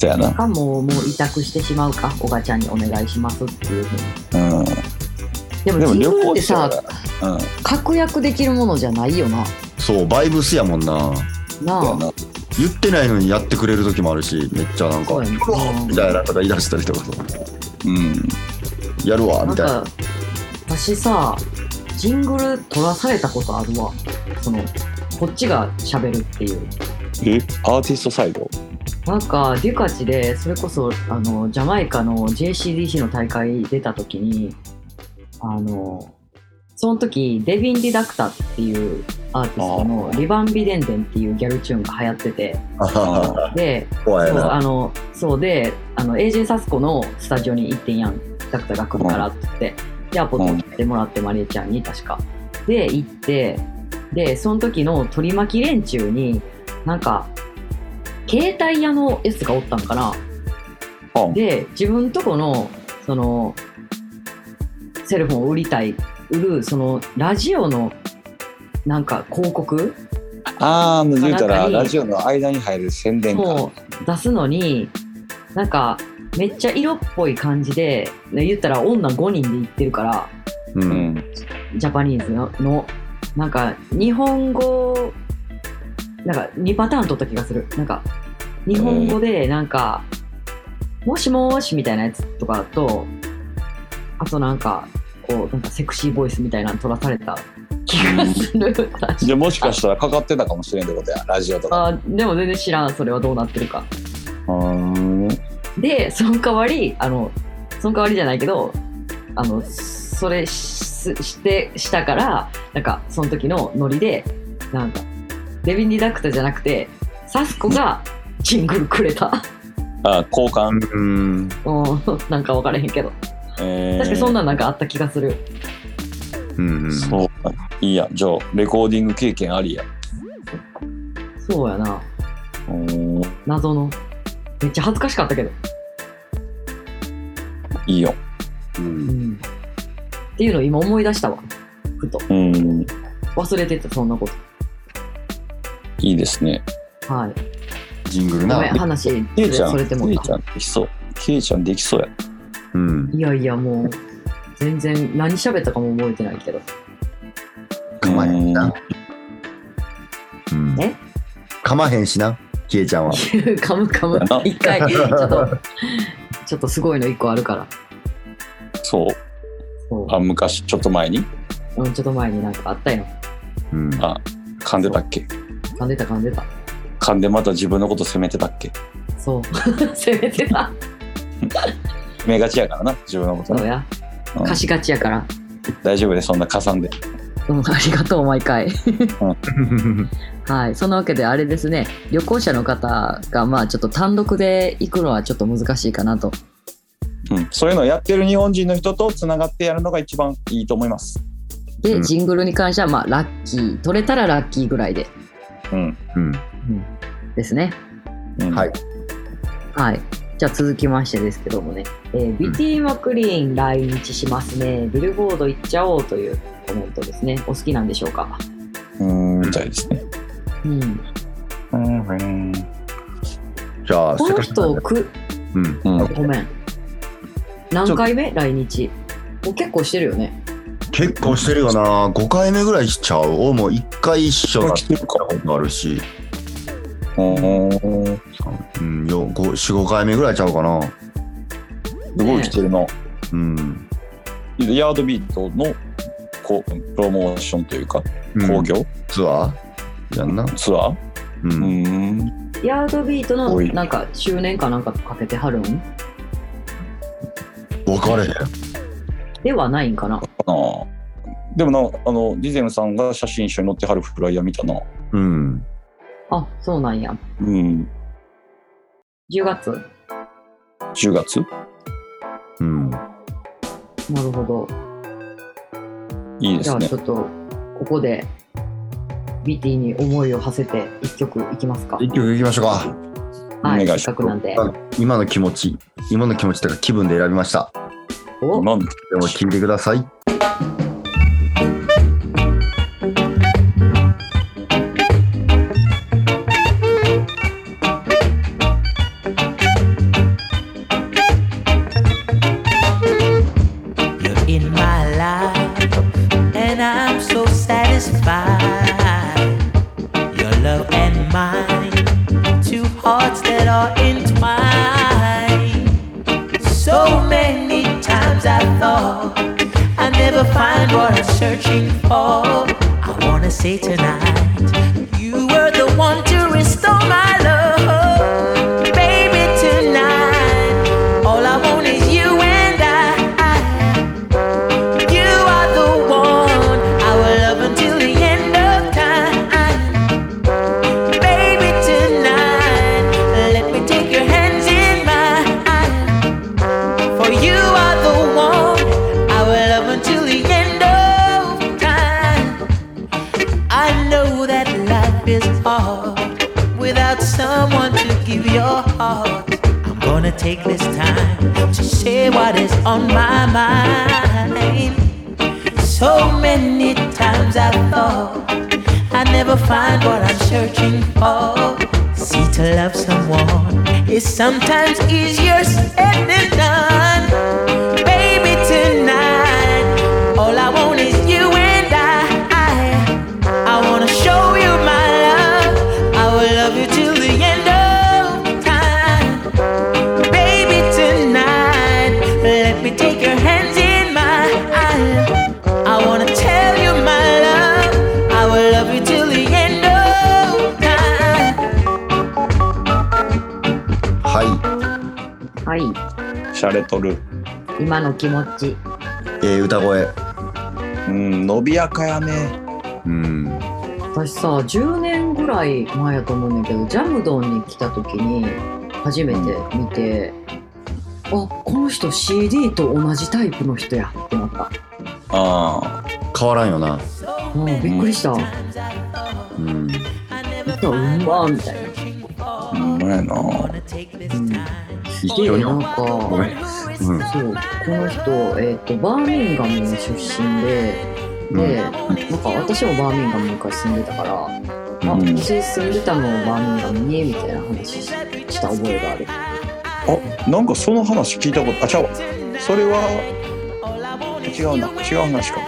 E: せやな
D: かもうもう委託してしまうか小賀ちゃんにお願いしますっていうふうに。
E: うん
D: でも
E: でも
D: ジングルっ
E: 旅行
D: て
E: 者
D: さ
E: はうん
D: 確約できるものじゃないよな。
C: そう、バイブスやもんな。
D: な
E: そうや
D: あ。
E: な
C: 言ってないのにやってくれる時もあるし、めっちゃなんか、
D: そうやね
C: うわみたいなとか言い出したりとかさ
E: うん
C: やるわ、
D: なん
C: みたいな。
D: か私さジングル取らされたことあるわそのこっちが喋るっていう
E: えアーティストサイド
D: なんかデュカチでそれこそあのジャマイカの JCDC の大会出た時にあのその時デビン・ディダクタっていうアーティストの「リバン・ビデンデン」っていうギャルチューンが流行ってて
E: あ
D: で
C: 怖い
D: そう
C: な。
D: あのそうであの AJ サスコのスタジオに行ってんやんダクタが来るからって言って、でアポ取ってもらってマリエちゃんに確かで行ってでその時の取り巻き連中になんか携帯屋のやつがおったんかな
E: うん
D: で自分とこのそのセルフォンを売りたい売るそのラジオのなんか広告
E: あー、言うた
D: 中
E: ら、
D: に
E: ラジオの間に入る宣伝
D: も
E: か。
D: う出すのになんかめっちゃ色っぽい感じでね言ったら女5人で行ってるから
C: う。
E: うんん。
D: ジャパニーズののなんか日本語なんか2パターン取った気がするなんか日本語でなんか「もしもーし」みたいなやつとかとあとなんかこうなんかセクシーボイスみたいなの取らされた気がする確
E: じゃあもしかしたらかかってたかもしれんってことや、ラジオとか。
D: かでも全然知らんそれはどうなってるか
E: うーん。
D: でその代わりあのその代わりじゃないけどあのそれししてしたからなんかその時のノリでなんかデビン・ディダクトじゃなくてサスコがジングルくれた
E: あ、交換。
C: うん。
D: うんなんか分からへんけど
E: えー
D: 確かそんなんなんかあった気がする、
C: うん。
E: そうか。いいや、じゃあ、レコーディング経験ありや。
D: そうやな
E: うーん。
D: 謎のめっちゃ恥ずかしかったけど、
E: いいよ。
C: うん。
D: っていうのを今思い出したわふと
E: うん。
D: 忘れてたそんなこ
E: いいですね。
D: とはい
C: ジングル
D: ごめん
C: な。
D: 話
E: ケイちゃん、
D: そ
E: ケ
D: れてもう
E: イ
D: た
E: ちゃんできそう。ケイちゃんできそうや。
C: うん。
D: いやいやもう全然何喋ったかも覚えてないけど
C: かまへんしな。うん
D: え
C: かまへんしな、キエちゃんは。
D: 噛む噛む
E: あ
D: 一 回ちょっとちょっとすごいの一個あるから
E: そう。
D: そう
E: あ、昔、ちょっと前に
D: うんちょっと前になんかあったよ
C: うん。
E: あ噛んでたっけ
D: 噛んでた噛んでた
E: 噛んでまた自分のこと責めてたっけ
D: そう 責めてた
E: 責めがちやからな、自分のこと
D: そう
E: な。
D: や
E: うん
D: 貸しがちやから
E: 大丈夫で、そんなかさんで。
D: うんありがとう毎回はいそんなわけであれですね旅行者の方がまあちょっと単独で行くのはちょっと難しいかなと
E: うん、そういうのをやってる日本人の人とつながってやるのが一番いいと思います。
D: で、
C: うん
D: ジングルに関してはまあラッキー取れたらラッキーぐらいで
E: うん、
C: うん。
D: ですね
E: うん
C: はい。
D: はい。じゃあ続きましてですけどもね、えービティ・マクリーン来日しますね、ビルボード行っちゃおうというコメントですね。お好きなんでしょうか。
E: うーん、みたいですね。
D: うん、
E: うん、
C: じゃあ、
D: こ
C: せ
D: の
C: っかくなん
D: 人
C: で
D: く、
C: うん。
E: うん、
D: ごめん。何回目来日。もう結構してるよね。
C: 結構してるよな。5回目ぐらいしちゃう。おもう1回一緒だっ
E: 来てるか。
C: たあるし、
E: うん、
C: うん、よ5、4、5回目ぐらいちゃうかな。
E: すごい来てるな。
C: うん。
E: ヤードビートのこうプロモーションというか、興行、
C: ツアーやんな。
E: ツアー、
C: う。
E: うんん、
D: ヤードビートの
E: 多い
D: なんか周年かなんかとかけてはるん
C: 分かれへん。
D: ではないんかな。
E: かな。でもな、あの、ディゼムさんが写真一緒に載ってはるフライヤー見たな。
C: うん。
D: あ、そうなんや。
E: うん、
D: 10月。
E: 10月
C: うん。
D: なるほど。
E: いいで
D: じゃ
E: す
D: あ
E: ね
D: ち。ょっとここでビティに思いを馳せて一曲いきますか。
C: 一曲いきましょうか。
D: は
E: お願
D: い、
E: いし
D: せ
E: ま
D: っ
E: す
D: かくなんで。
C: 今の気持ち、今の気持ちというか気分で選びました。
D: お
E: なんで
C: でも聞いてください。
A: You're in my life, and I'm so satisfied. Your love and mine, two hearts that are entwined. So many times I thought I never find what I'm searching for. I wanna say tonight, you were the one to restore my love, baby. Tonight, all I want is you and I. You are the one without someone to give your heart. I'm gonna take this time to say what is on my mind. So many times I thought I never find what I'm searching for. See, to love someone is sometimes easier said than done. Baby, tonight, all I want is you and I. I wanna show you my love. I will love you till the end of time. Baby, tonight, let me take your hands in mine. I wanna tell you my love. I will love you till the end of time.
C: は
D: はい。
E: シャレとる。
D: 今の気持ち。
C: い、えー歌声。
E: うん、伸びやかやね。
C: うん。
D: 私さ、10年ぐらい前やと思うんだけど、ジャムドンに来た時に初めて見て、あ、この人 CD と同じタイプの人やってなった。
E: あ
C: 変わらんよな。
D: うん、びっくりした。う
C: うん。
D: まみたいな。
E: あ、ほんまやな。
C: いけよ、
D: なんか、
C: ごめん。うん。
D: そう、この人、えっ、と、バーミンガムの出身で、で、なんか私もバーミンガム昔住んでたから、あ、
E: うん
D: 私住んでたのバーミンガムに、みたいな話した覚えがある。
E: あ、なんかその話聞いたこと、あ、ちゃうわ。それは、違うな。違う話か。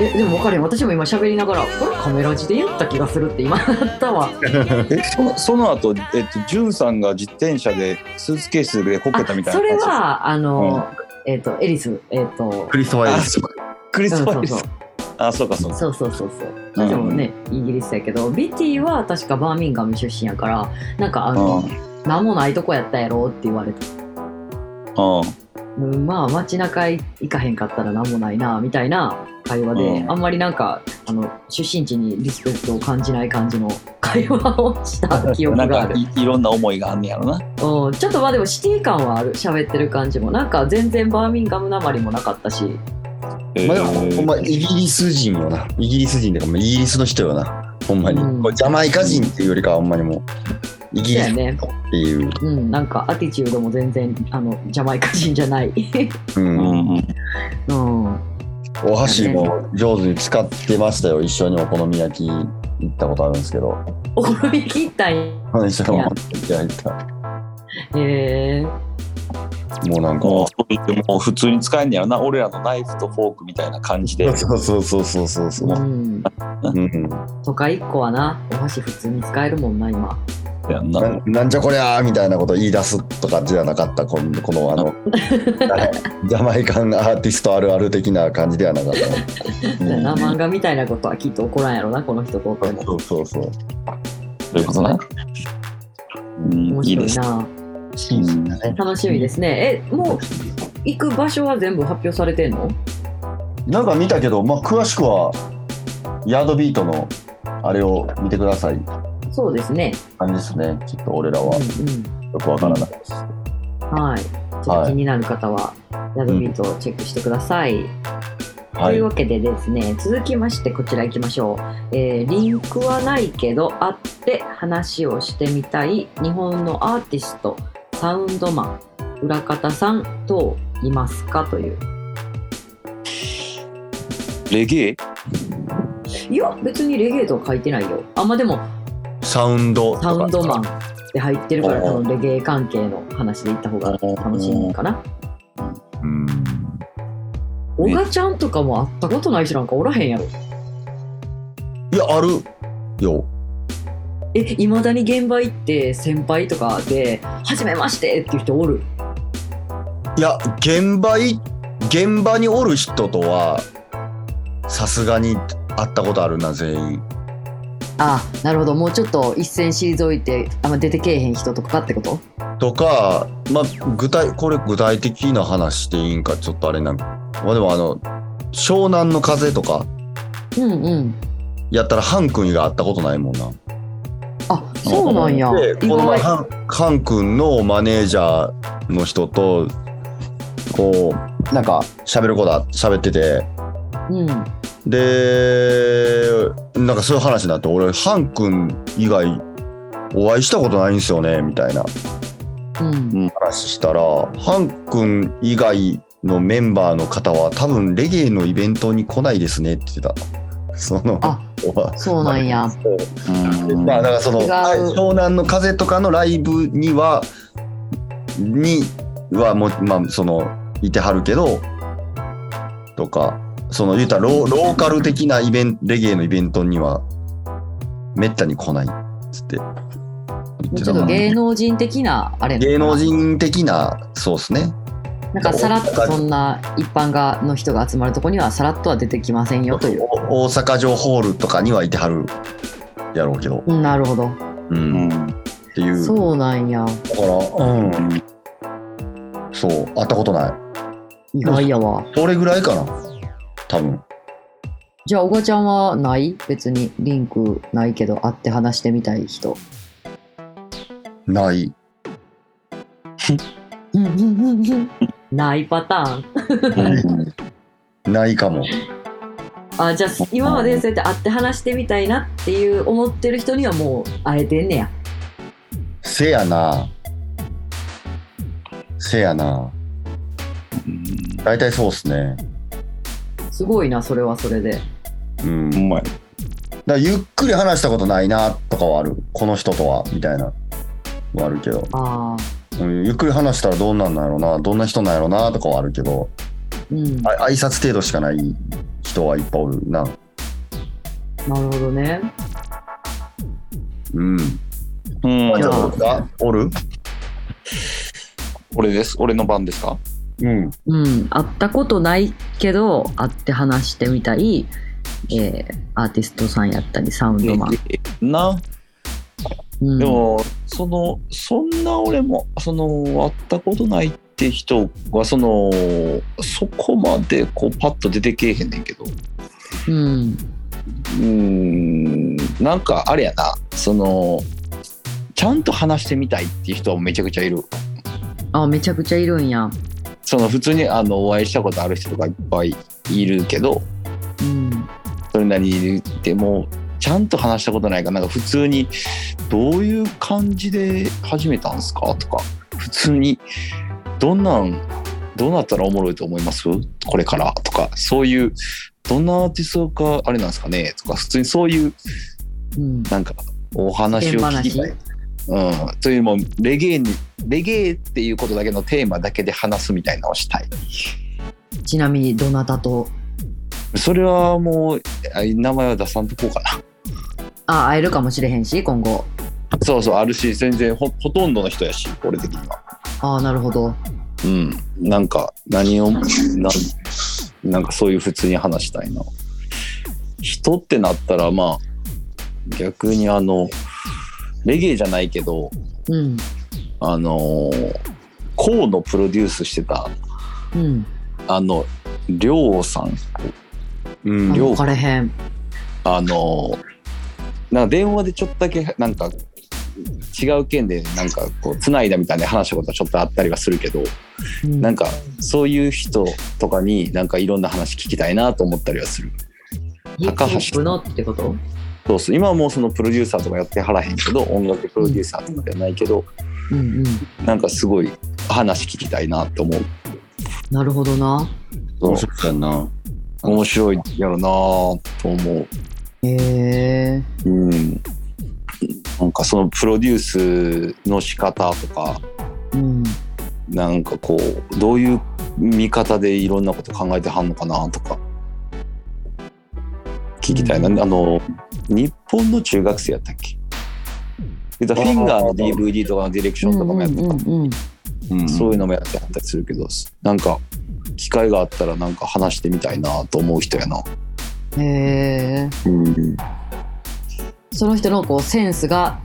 D: え、でも分かるよ。私も今喋りながら、これカメラ字で言った気がするって今なったわ。
E: え、そのその後、えっと、ジュンさんが自転車でスーツケースでこけ
D: あ、
E: たみたいな
D: それは、あの、えっ、と、エリス、えっ、と
C: ク、リストファイ
E: あ
C: ア
E: そうクリスマ
D: そう
E: ス
D: そ。
E: あ、そうかそうか。
D: そうそうそうそう。彼女もね、イギリスやけど、ビティは確かバーミンガム出身やから、なんかあの、
E: う
D: なんもないとこやったやろって言われて、
E: ん。うん。
D: うん、まあ街中行かへんかったらなんもないなみたいな会話で、
E: うん
D: あんまりなんかあの出身地にリスペクトを感じない感じの会話をした記憶
E: なん
D: があ
E: か
D: る。
E: いいろんな思いがあんねやろな。
D: うん、ちょっとまあでもシティ感はある喋ってる感じもなんか全然バーミンガムなまりもなかったし
E: え
C: まあ、でもほんまイギリス人よな。イギリス人とかもうイギリスの人よな。ほんまに。
D: うん
C: これジャマイカ人っていうよりかはほんまにもう、イギリス
D: そうやね
C: っていう。
D: うんなんかアティチュードも全然あのジャマイカ人じゃない、
C: うん。
E: うんうん。
D: うん、
C: お箸も上手に使ってましたよ。一緒にお好み焼き行ったことあるんですけど。
D: お好み焼き行ったんや
C: 一緒にお好み焼き行った。
D: へえ
C: もうなんか。
E: もうそう言っても普通に使えんねやろな。俺らのナイフとフォークみたいな感じで。
C: そうそうそうそうそうそう。
D: うん、
C: うん、
D: とか1個はなお箸普通に使えるもんな今
E: やんな。
C: ななんじゃこりゃーみたいなこと言い出すとかじゃなかったこのこのあのはい ジャマイカンアーティストあるある的な感じではなかった、
D: だよな
C: うん
D: 漫画みたいなことはきっと起こらんやろなこの人とっても
C: そうそうそう
E: そういうことな。うん
D: 面
E: いい
D: 白
E: で
D: い
E: す。
D: な
E: うん
D: 楽しみですねえもう行く場所は全部発表されてんの
C: なんか見たけど、まあ、詳しくはヤードビートのあれを見てください
D: そうですね
C: 感じですねちょっと俺らは
D: うんうん
C: よくわからないです、
D: はいちょっと気になる方はヤドビートをチェックしてください、と
C: はい
D: いうわけでですね続きましてこちら行きましょう、えーリンクはないけど会って話をしてみたい日本のアーティストサウンドマン裏方さんといますかという
E: レゲエ
D: いや別にレゲエとは書いてないよあまあでも
C: サウンド
D: サウンドマンって入ってるから多分レゲエ関係の話で行った方が楽しいのかな
C: うん
D: 小賀ちゃんとかも会ったことない人なんかおらへんやろ
C: いやあるよ
D: えいまだに現場行って先輩とかで「はじめまして」っていう人おる
C: いや現場い現場におる人とはさすがに会ったことあるな全員
D: あなるほどもうちょっと一線退いてあんま出てけえへん人とかってこと
C: とかまあ具体これ具体的な話でいいんかちょっとあれなんかまあでもあの湘南の風とか
D: うんうん
C: やったらハン君以外会ったことないもんな
D: あそうなんや
C: で
D: 意
C: この前
D: 外
C: ハンハン君のマネージャーの人とこうなんか喋ることあ喋ってて
D: うん
C: でなんかそういう話になって俺ハン君以外お会いしたことないんですよねみたいな
D: うん。
C: 話したらハン君以外のメンバーの方は多分レゲエのイベントに来ないですねって言ってたその
D: あそうなんや
C: そう
E: うん
C: まあだからその
D: 違う
C: 湘南の風とかのライブにはにはもうまあそのいてはるけどとかその言うたらローローカル的なイベントレゲエのイベントにはめったに来ないっつって言っ
D: ち
C: て
D: ょ
C: た
D: っと
C: な
D: 芸能人的な、あれ
C: 芸能人的なそうですね
D: なんかさらっとそんな一般がの人が集まるとこにはさらっとは出てきませんよという。
C: お大阪城ホールとかにはいてはるやろうけど、
D: うんなるほど。
C: う、
E: うん
C: っ
E: ん
C: ていう
D: そうなんや。
C: だからうんそう会ったことない
D: 意外やわ。
C: それぐらいかな多分
D: じゃあ、おがちゃんはない別にリンクないけど、会って話してみたい人。
C: ない
D: ないパターン。
E: うん
C: ないかも
D: あ、じゃあ、今までそうやって会って話してみたいなっていう思ってる人にはもう会えてんねや。
C: せやなせやな大体そうっすね
D: すごいな、それはそれで。
C: うん
E: う
C: だか
E: まい
C: らゆっくり話したことないなとかはあるこの人とはみたいなはあるけど
D: ああ。
C: うんゆっくり話したらどうなんなんやろなどんな人なんやろなとかはあるけど
D: うん。な
C: あ挨拶程度しかない人はいっぱいおるな
D: るほどね。
C: うん
E: うん
C: あじゃあ僕がおる
E: 俺です俺の番ですか
C: うん
D: うん。会ったことないけど、会って話してみたい、えー、アーティストさんやったり、サウンドマン。
E: な
D: うん、
E: でも、そのそんな俺もその会ったことないって人はそのそこまでこうパッと出てけえへんねんけどう
D: うん。
E: ーんなんかあれやなそのちゃんと話してみたいっていう人はめちゃくちゃいる
D: あ、めちゃくちゃいるんや。
E: その普通にあのお会いしたことある人とかいっぱいいるけど
D: うん。
E: それなりにいるってもうちゃんと話したことないからなんか普通にどういう感じで始めたんですかとか普通にどんなんどうなったらおもろいと思いますこれからとかそういうどんなアーティストかあれなんですかねとか普通にそういう
D: うん。
E: なんかお話を聞きたい。うん、というよりもレゲエにレゲエっていうことだけのテーマだけで話すみたいなのをしたい。
D: ちなみに、どなたと、
E: それはもうあ名前は出さんとこうかな。
D: あ、会えるかもしれへんし、今後。
E: そうそうあるし全然ほほとんどの人やし俺的には
D: ああ、なるほど。
E: うんなんか何をなんなんかそういう普通に話したいな人ってなったらまあ逆にあのレゲエじゃないけど
D: うん。
E: あのーコウのプロデュースしてた
D: うん。
E: あのりょうさん
C: うん
D: あ
E: 了
D: 分かれへん。
E: あのーなんか電話でちょっとだけなんか違う件でなんかこうつないだみたいな話したことはちょっとあったりはするけど、
D: うん
E: なんかそういう人とかになんかいろんな話聞きたいなと思ったりはする。
D: ヒップ
E: 高
D: ホ
E: 橋
D: ップのってこと
E: そうそう今はもうそのプロデューサーとかやってはらへんけど音楽プロデューサーとかではないけど
D: うんうん。
E: なんかすごい話聞きたいなと思う。
D: なるほどな。
C: 面白そうやんな
E: 面白いやろなと思
D: へえ。
E: う。うん。なんかそのプロデュースの仕方とか
D: うん。
E: なんかこうどういう見方でいろんなこと考えてはんのかなとか聞きたいな、
D: うん
E: あの日本の中学生やったっけ言うたらフィンガーの DVD とかのディレクションとかもやってた、
D: うん。
C: うん
E: そういうのもやってはったりするけどなんか機会があったらなんか話してみたいなと思う人やな、
D: うんへえ。
E: うん、
D: その人のこうセンスが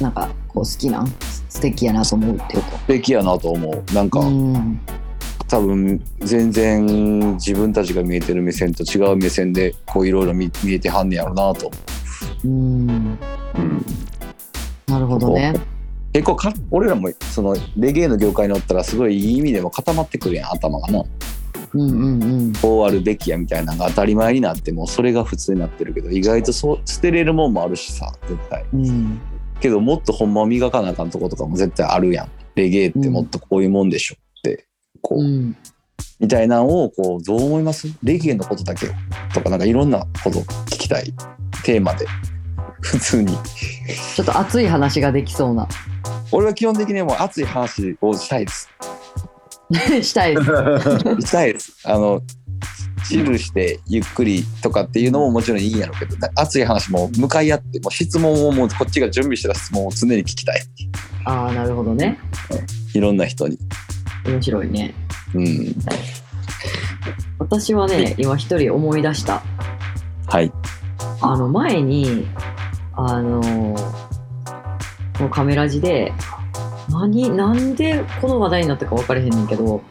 D: なんかこう好きなん素敵やなと思うっていうか。
E: 素敵やなと思うなんか、
D: うん。
E: 多分全然自分たちが見えてる目線と違う目線でこういろいろ見見えてはんねやろうなと
D: うん。なるほどね。
E: 結構か俺らもそのレゲエの業界におったらすごいいい意味でも固まってくるやん頭がな
D: うんうんうん。
E: こうあるべきやみたいなのが当たり前になってもうそれが普通になってるけど意外とそう捨てれるもんもあるしさ絶対
D: うん。
E: けどもっとほんま磨かなあかんとことかも絶対あるやんレゲエってもっとこういうもんでしょってこう、
D: うん
E: みたいなのをこうどう思いますレゲエのことだけとかなんかいろんなこと聞きたいテーマで普通に
D: ちょっと熱い話ができそうな
E: 俺は基本的にもう熱い話をしたいです
D: したいです
E: したいですあのチルしてゆっくりとかっていうのももちろんいいんやろうけどな熱い話も向かい合ってもう質問をもうこっちが準備してた質問を常に聞きたい
D: ああなるほどね
E: いろんな人に
D: 面白いね
E: うん
D: 私はね今一人思い出した
E: はい
D: あの前にあのこのカメラ字で何なんでこの話題になったか分かれへんねんけど好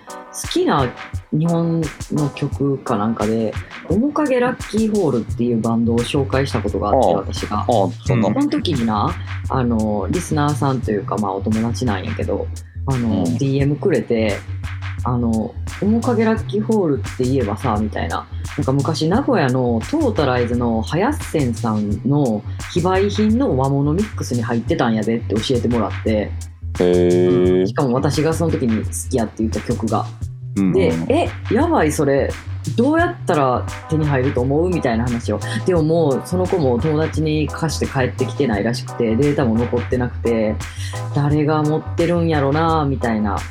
D: きな日本の曲かなんかで「面影ラッキーホール」っていうバンドを紹介したことがあって
E: ああ
D: 私が
E: ああそんな
D: この時になあのリスナーさんというかまあお友達なんやけどあの、
E: うん
D: DM くれて「あの面影ラッキーホールって言えばさ」みたいななんか昔名古屋のトータライズの林泉さんの非売品の和物ミックスに入ってたんやでって教えてもらって
E: へえ
D: しかも私がその時に好きやって言った曲が。
C: うん
D: で
E: う、ん
D: え、やばい、それ、どうやったら手に入ると思うみたいな話を。でももう、その子も友達に貸して帰ってきてないらしくて、データも残ってなくて、誰が持ってるんやろな、みたいな。なんか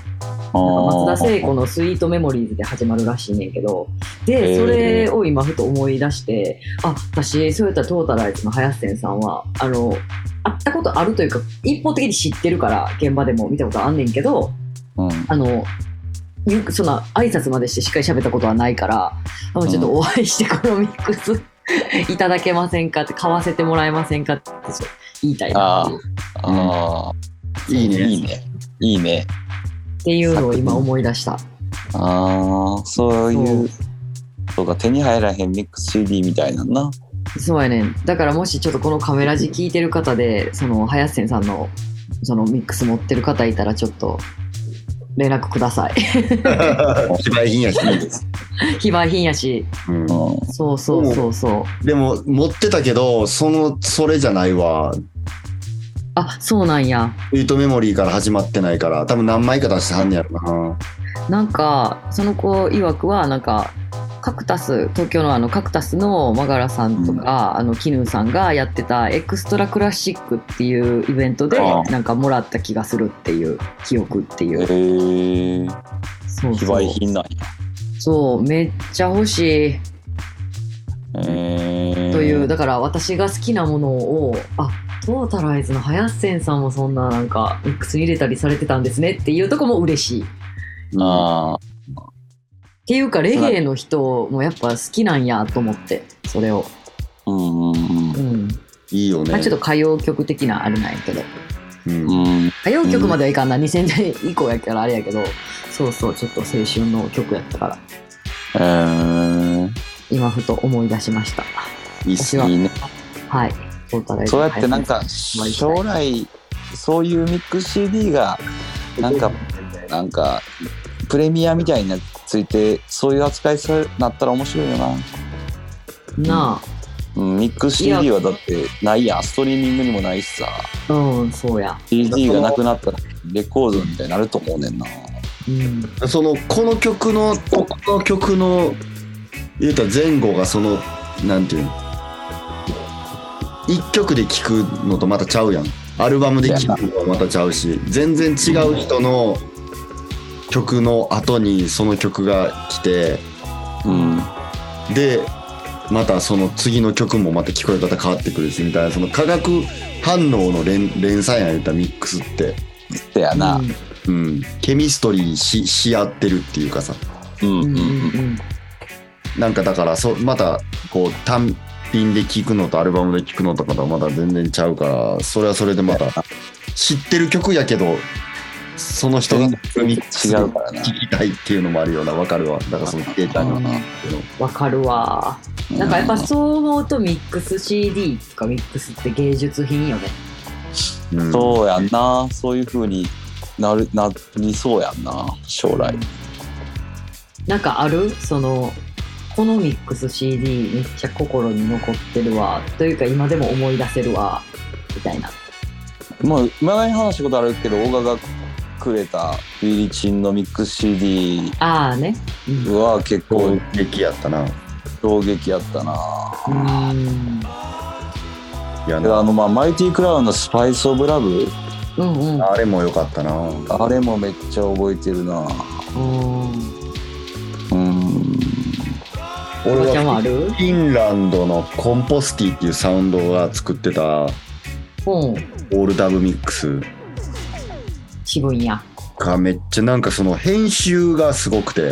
D: 松田聖子のスイートメモリーズで始まるらしいねんけど。
E: へ
D: で、
E: ー
D: それを今ふと思い出して、あ、私、そういったトータライズの林泉さんは、あの、会ったことあるというか、一方的に知ってるから、現場でも見たことあんねんけど、
E: うん
D: あの、よくその挨拶までしてしっかり喋ったことはないから、あのちょっとお会いしてこのミックス いただけませんかって、買わせてもらえませんかってそう言いたいなっていう
E: ああ
C: いいね
E: いいねいいね
D: っていうのを今思い出した。
E: ああそういうそうか手に入らへんミックス CD みたいなんな
D: そうやねん。だからもしちょっとこのカメラ字聞いてる方で、その、林先さんの、そのミックス持ってる方いたらちょっと、連絡ください。
C: 非売品やし、
E: いいです、
D: 非売品やし、
C: うん
E: うん
D: そうそうそうそう。
C: でも持ってたけどそのそれじゃないわ
D: あ、そうなんや。
C: スイートメモリーから始まってないから多分何枚か出してはんねやろな
D: なんかその子曰くはなんかカクタス東京のあのカクタスのマガラさんとか、あのキヌーさんがやってたエクストラクラシックっていうイベントで
E: ああ
D: なんかもらった気がするっていう記憶ってい
E: へ
D: う
E: え
D: そう
E: 非
D: そう
E: 売品なんや
D: そうめっちゃ欲しい
E: へえ
D: という、だから私が好きなものをあトータライズの林泉さんもそんななんかミックスに入れたりされてたんですねっていうとこも嬉しい。
E: ああ
D: っていうかレゲエの人もやっぱ好きなんやと思ってそれを。
E: うんうんうん
D: うん
C: いいよ
D: まあ、
C: ね
D: ちょっと歌謡曲的なあれなんやけど
C: うん
E: うん
D: 歌謡曲まではいかんな、2000年以降やからあれやけどそうそうちょっと青春の曲やったから
E: えー
D: 今ふと思い出しました
C: いいっ
D: 私
C: す
D: はい
E: いね
D: はいトータル
E: そうやってなんか将来そういうミックス CD がなんかなんかプレミアみたいになっついてそういう扱いされなったら面白いよな、
D: な
E: うん、ミックス
D: いや
E: CD はだってないやんストリーミングにもないしさ
D: あうんそうや
E: CD がなくなったらレコードみたいになると思うねんな
D: うん
C: そのこの曲のこの曲の言うたら前後がそのなんていうの一曲で聴くのとまたちゃうやんアルバムで聴くのとまたちゃうし全然違う人の曲の後にその曲が来て
E: うん
C: でまたその次の曲もまた聞こえ方変わってくるしみたいなその化学反応の連連鎖やん言うたらミックスって、
E: せやな
D: うん
C: うん、ケミストリーしし合ってるっていうかさ
E: うんう
D: うんう
E: んうん
D: ん
C: なんかだからそまたこう単品で聴くのとアルバムで聴くのとかとはまだ全然ちゃうからそれはそれでまた知ってる曲やけどその人が
E: 全然
C: ミックスで
E: 違うからな
C: 聴きたいっていうのもあるようなわかるわだからそのデータが
E: うん
D: わかるわなんかやっぱそう思うとミックス CD とかミックスって芸術品よね
C: うん
E: そうやんなそういう風になるなりそうやんな将来
D: なんかあるそのこのミックス CD めっちゃ心に残ってるわというか今でも思い出せるわみたいな
E: もう前に話したことあるけど大賀がくれたリリチンのミックス CD
D: ああね。うん
E: は結構
C: 攻撃やったな。
E: 衝撃やったな
D: うん
C: いや
E: であのまあマイティクラウンの「スパイス・オブ・ラブ
D: うんうん。
C: あれも良かったな。」
E: あれもめっちゃ覚えてるなうん
C: 俺
D: おばちゃんもあ
C: は
D: る
C: フィンランドのコンポスティっていうサウンドが作ってたオ
D: うん。
C: ールダブミックス
D: 渋いんや。
C: がめっちゃなんかその編集がすごくて。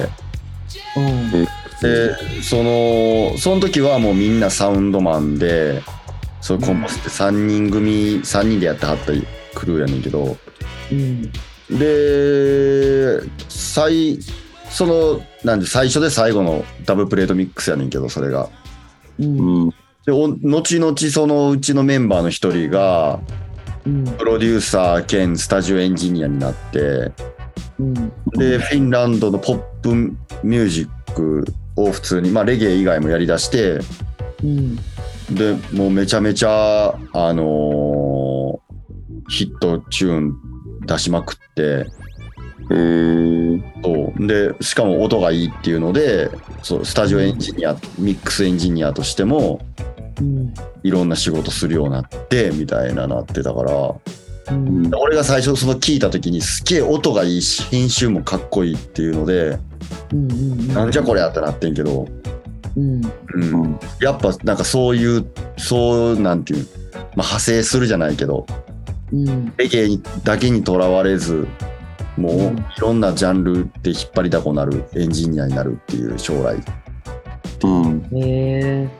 D: うん。
C: でそのその時はもうみんなサウンドマンでそのコンポスって3人組3人でやってはったクルーやねんけど
D: うん。
C: で最そのなんで最初で最後のダブルプレートミックスやねんけどそれが
D: うん。
E: うん
C: でお後々そのうちのメンバーの一人が
D: うん。
C: プロデューサー兼スタジオエンジニアになって
D: うん。
C: でフィンランドのポップミュージックを普通に、まあ、レゲエ以外もやりだして
D: うん。
C: でもうめちゃめちゃあのーヒットチューン出しまくって
E: えー、
C: そうでしかも音がいいっていうのでそうスタジオエンジニアミックスエンジニアとしても
D: うん。
C: いろんな仕事するようになってみたいななってたから
D: うん。
C: 俺が最初その聞いた時にすげえ音がいいし編集もかっこいいっていうので
D: うん。うん。
C: なんじゃこりゃってなってんけど、
D: うん。
C: うんやっぱなんかそういうそうなんていう、まあ、派生するじゃないけど
D: うん。
C: レゲエにだけにとらわれずもう
D: うん
C: いろんなジャンルで引っ張りだこなるエンジニアになるっていう将来、
E: うん、
D: へえ。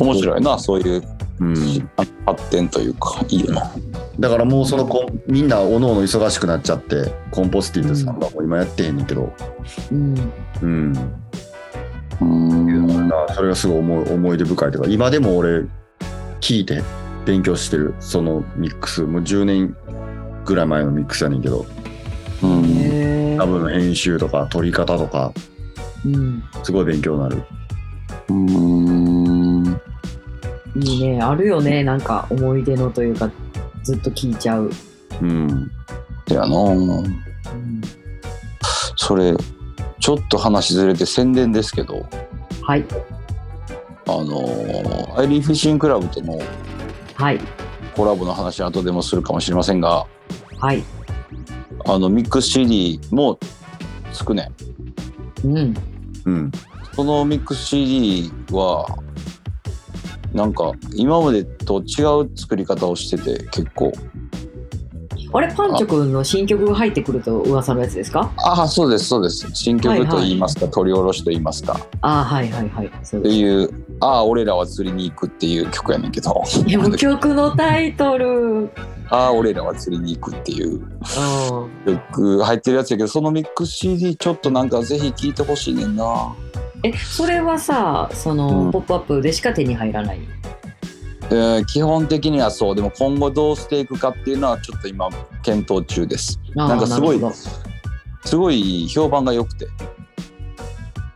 E: 面白いなそういう
C: うん、
E: 発展というかいいよな
C: だからもうそのコンみんなおのおの忙しくなっちゃってコンポスティングさんはもう今やってへんねんけど、
D: うん。
C: うん、
E: うん
C: だからそれがすごい思い思い出深いというか今でも俺聞いて勉強してるそのミックスもう10年ぐらい前のミックスやねんけど
E: うん
D: へえ
C: 多。分編集とか撮り方とか
D: うん。
C: すごい勉強になる
E: うん
D: いいね。あるよね。なんか思い出のというか、ずっと聞いちゃう。
C: うん
E: やな
D: うん
E: それちょっと話ずれて宣伝ですけど
D: はい。
E: あのーアイリーフィッシングクラブとの
D: はい。
E: コラボの話は後でもするかもしれませんが
D: はい。
E: あのミックス CD もつくねん
D: うん。
C: うん
E: そのミックス CD はなんか今までと違う作り方をしてて結構
D: あれ、パンチョくんの新曲が入ってくると噂のやつですか
E: ああそうですそうです新曲と言いますか、取り下ろしと言いますか
D: ああ、はいはいはい。そう
E: って
D: です。
E: いう「ああ俺らは釣りに行く」っていう曲やねんけど
D: でも曲のタイトル。
E: 「 ああ俺らは釣りに行く」っていう
D: うん
E: 曲入ってるやつやけどそのミックス CD ちょっとなんかぜひ聴いてほしいねんな
D: えそれはさその、
E: うん
D: ポップアップでしか手に入らない
E: えー基本的にはそうでも今後どうしていくかっていうのはちょっと今検討中です
D: あー
E: なんかすごい
D: なるほ
E: すごい評判が良くて
D: ど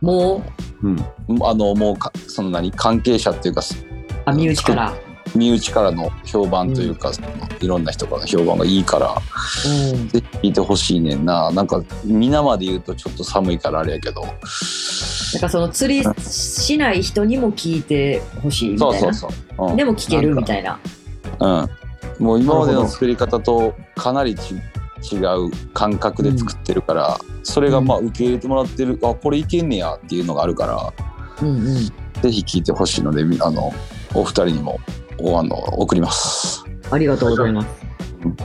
D: もう
C: うん
E: あのもうかその何関係者っていうか
D: あ身内から、
E: 身内からの評判というか、そのいろんな人からの評判がいいから
D: うん、
E: ぜひ聴いてほしいねんななんか皆まで言うとちょっと寒いからあれやけど
D: なんかその釣りしない人にも聞いてほしいみたい
E: そう
D: な
E: そうそう、うん、
D: でも聞けるみ
E: い
D: たいな
E: うん、もう今までの作り方とかなりち違う感覚で作ってるから、それがまあ受け入れてもらってる、あこれいけんねやっていうのがあるか
D: うんうん
E: らぜひ聞いてほしいのでみあのお二人にもおあの送ります。
D: ありがとうございます
E: うん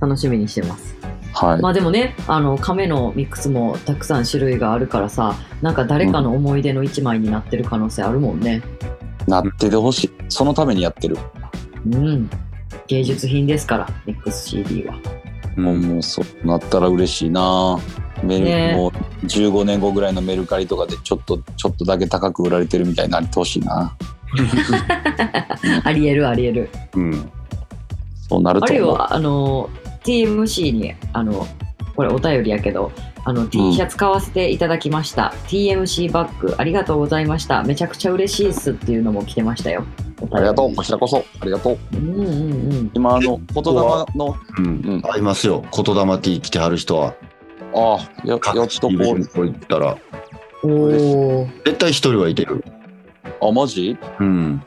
D: 楽しみにしてます
E: はい、
D: まあでもねあの亀のミックスもたくさん種類があるからさなんか誰かの思い出の一枚になってる可能性あるもんね
E: なっててほしいそのためにやってる、
D: うん芸術品ですからミックス CD は
C: う
E: もうんもうそうなったら嬉しいなメル、
D: ねえ
E: もう15年後ぐらいのメルカリとかでちょっとちょっとだけ高く売られてるみたいになってほしいな
D: ありえるありえる
C: うん
E: そうなる
D: あ
E: と
D: る
E: 思う
D: よ、あの、TMC に、あの、これお便りやけど、あの、T シャツ買わせていただきました。TMC バッグ、ありがとうございました。めちゃくちゃ嬉しいっすっていうのも来てましたよ。
E: ありがとう、こちらこそ、ありがとう。
D: うんうんうん。
E: 今、あの、言霊の、
C: うん。
E: うん、
C: 合いますよ。言霊 T 着てはる人は。
E: ああ、よやっとこ
C: イベン
E: う、
C: ト行ったら、
D: おお。
C: 絶対一人はいてる。
E: あ、マジ
C: うん。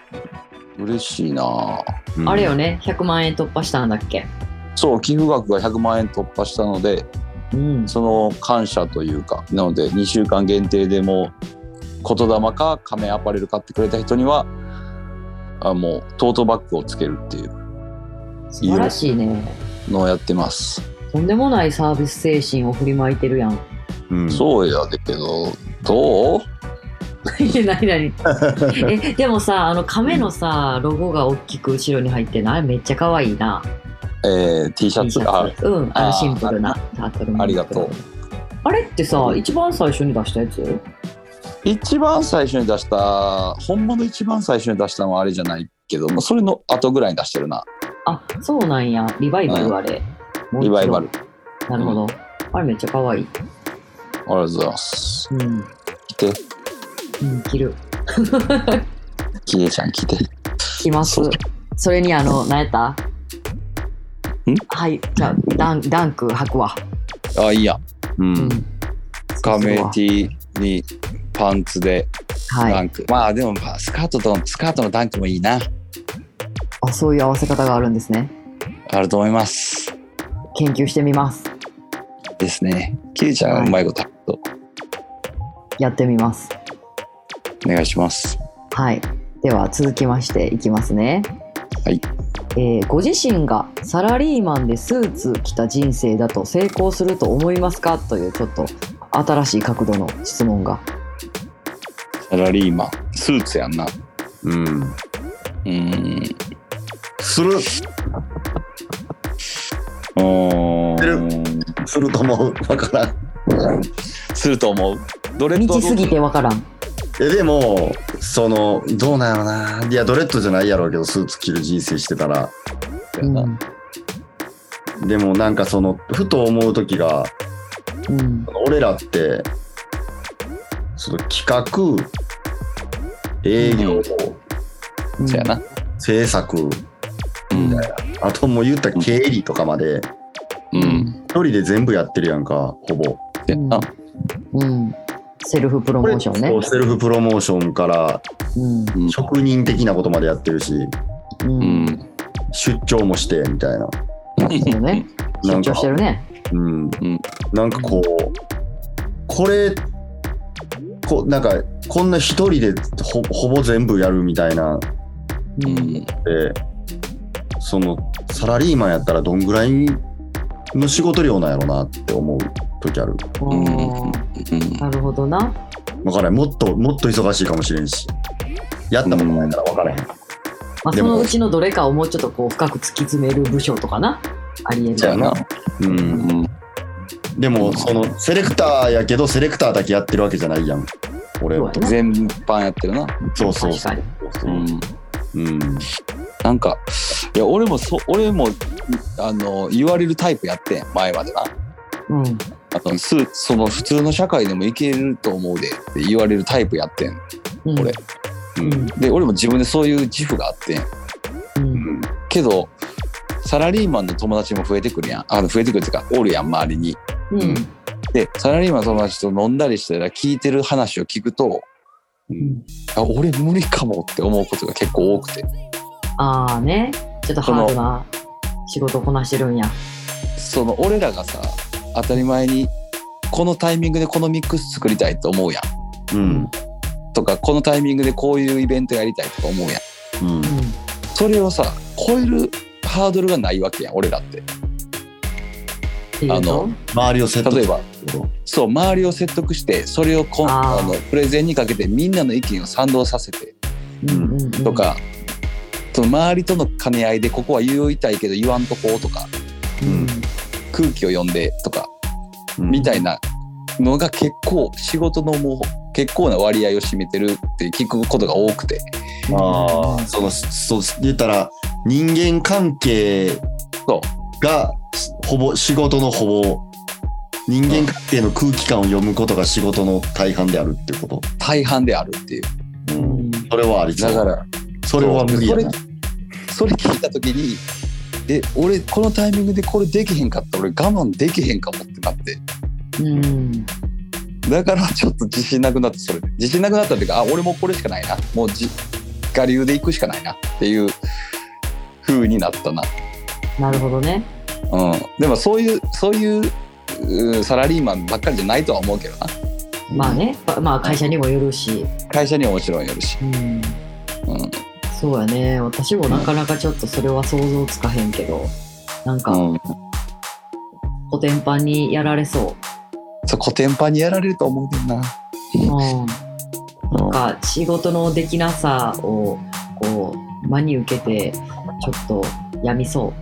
E: 嬉しいな
C: うん
D: あれよね、100万円突破したんだっけ。
E: そう、寄付額が100万円突破したので、
D: うん。
E: その感謝というか、なので、2週間限定でもう、言霊か仮面アパレル買ってくれた人には、あもうトートバッグをつけるっていう
D: 素晴らしいね。
E: のをやってます。
D: とんでもないサービス精神を振りまいてるやん。
C: うん。
E: そうやでけど、どう
D: 何何え、でもさ、あの亀のさ、ロゴが大きく後ろに入ってない、めっちゃ可愛いな。
E: えー、T シャ
D: T
E: ツ
D: シ
E: が、あ
D: ャツ。うん、あの
E: あー
D: シンプルな。タートルの
E: ありがとう。
D: あれってさ、一番最初に出したやつ
E: 一番最初に出した、本物一番最初に出したのはあれじゃないけど、まあそれの後ぐらいに出してるな。
D: あ、そうなんや。リバイバルあれ。もう一
E: リ
D: 度
E: バイバル。。
D: なるほど。あれめっちゃ可愛い。
E: ありがとうございます。
D: うん。
E: 来て、
D: うん、着る。
E: キエちゃん来て。
D: 着ます
E: そう。
D: それにあの、何やったん
E: ん
D: はい、じゃあダン、ダンク履くわ。
E: あ、いいやん。
C: うん。
E: カメ T にパンツで
D: は
E: ダ
D: い。
E: ンク。まあでも、まあスカートと、スカートのダンクもいいな。
D: あ、そういう合わせ方があるんですね。
E: あると思います。
D: 研究してみます。
E: ですね。キエちゃんがうまいこと、
D: やってみます。
E: お願いします。
D: はい。では続きましていきますね。
E: はい。
D: えーご自身がサラリーマンでスーツ着た人生だと成功すると思いますかというちょっと新しい角度の質問が。
E: サラリーマン。スーツやんな。
C: うん。
E: うーん。
C: する、
E: うーん。
C: すると思う。 わからん。
E: すると思う。どれ
D: 道すぎてわからん。
C: えでもそのどうなんやろないやドレッドじゃないやろうけどスーツ着る人生してたら
D: うん。
C: でもなんかそのふと思う時が
D: うん。
C: 俺らってその企画営業、
E: うん
D: うん
E: そやな。
C: 制作
E: うん。
C: あともう言ったら経理とかまで
E: う。
D: うんん。
C: 一人で全部やってるやんかほぼ
E: やな。
D: うん。セルフプロモーションね
C: そう。セルフプロモーションから
D: うん。
E: うん
C: 職人的なことまでやってるし
D: う。
E: うんん。
C: 出張もしてみたいな
D: そうね。
C: な
D: 緊
C: ん
D: 張
C: か
D: してるね。
C: うん
E: ん
C: なんかこう、これ、こなんか、こんな一人でほほぼ全部やるみたいな
E: う
D: うん
E: ん。
C: で、その、サラリーマンやったらどんぐらいの仕事量なんやろなって思う時ある。
E: うんうん
D: なるほどな。
C: わからない。もっと、もっと忙しいかもしれんし。やったことないからわからへん。
D: まあ、
C: で
D: そ
C: も
D: のうちのどれかをもうちょっとこう深く突き詰める部署とかな。ありえ
C: そ
D: な
C: う
D: い。
C: やな。う。
E: うんん。
C: でも、その、セレクターやけど、セレクターだけやってるわけじゃないやん。俺は
D: そう。やな
E: 全般やってるな。
C: そうそう
D: 確
C: そ
D: か
C: う
D: に。。
E: うん。
C: うん。
E: なんか、いや、俺もそ、俺も、あの、言われるタイプやってん、前までな。
D: うん。
E: あと、す、その普通の社会でもいけると思うでって言われるタイプやってん。
D: うん、
E: 俺
D: うん。
E: で、俺も自分でそういう自負があってん。
D: うん。
E: けど、サラリーマンの友達も増えてくるやん。あの、増えてくるっていうか、おるやん、周りに。
D: うん。
E: で、サラリーマンの友達と飲んだりしたら聞いてる話を聞くと、
C: うん
E: あ、俺無理かもって思うことが結構多くて。
D: ああね。ちょっとハードな仕事をこなしてるんや。
E: その俺らがさ当たり前にこのタイミングでこのミックス作りたいと思うやん
C: うん。
E: とかこのタイミングでこういうイベントやりたいとか思うやん
C: うん
D: う。ん。
E: それをさ超えるハードルがないわけやん俺らって
D: っていうと。
C: 周りをセット
E: 例えば
C: すること
E: そう周りを説得してそれをこん
D: あー
E: あのプレゼンにかけてみんなの意見を賛同させて
D: うんうんうん
E: と。か、その周りとの兼ね合いでここは言いたいけど言わんとこうとか
D: うん。
E: 空気を読んでとか
C: うん
E: みたいなのが結構仕事のもう結構な割合を占めてるって聞くことが多くて
C: ああ、その、そう、言ったら、人間関係
E: そう
C: が、しほぼ、仕事のほぼ、人間関係の空気感を読むことが仕事の大半であるっていうこ
E: 大半であるっていう
C: と。うん。それはありそ
E: だ
C: う。
E: から
C: それは無理やな。
E: それ聞いた時にえ俺このタイミングでこれできへんかったら俺我慢できへんかもってなって
D: うん。
E: だからちょっと自信なくなってそれで自信なくなったっていうかあ俺もうこれしかないなもう自我流で行くしかないなっていう風になったな、
D: なるほどね。
E: うん、でもそういうそういううーサラリーマンばっかりじゃないとは思うけどな
D: まあね、ばまあ会社にもよるし。
E: 会社にはもちろんよるし、
D: うん。
E: うん
D: そうやね。私もなかなかちょっとそれは想像つかへんけど、なんか、
E: うん、
D: コテンパンにやられそ
E: そうコテンパンにやられると思うけどな、
D: う。うん。
E: うん
D: なんか仕事のできなさをこう真に受けてちょっとやみそ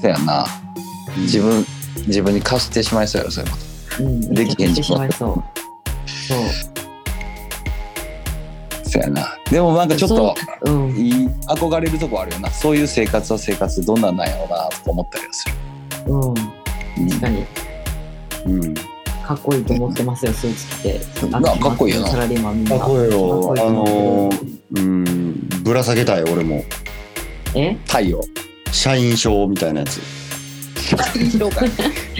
E: そやな自分自分に貸してしまいそうやろそういうこと
D: う、うん、
E: できへ
D: め
E: ん
D: ちゃくちゃしまいそうそう
E: そやなでもなんかちょっと
D: そううん
E: いい憧れるとこあるよなそういう生活は生活でどんなんなんやろうなとか思ったりはする、
D: うん確かに
E: うん、
D: かっこいいと思ってますよスーツ着て
E: なかっこいいよな
D: サラリーマンみんな
C: かっこいいよ。
D: か
C: あ
D: っこ
C: のー、うん、ぶら下げたい、俺も。
D: いいえ
E: 太陽
C: 社員証みたいなやつ。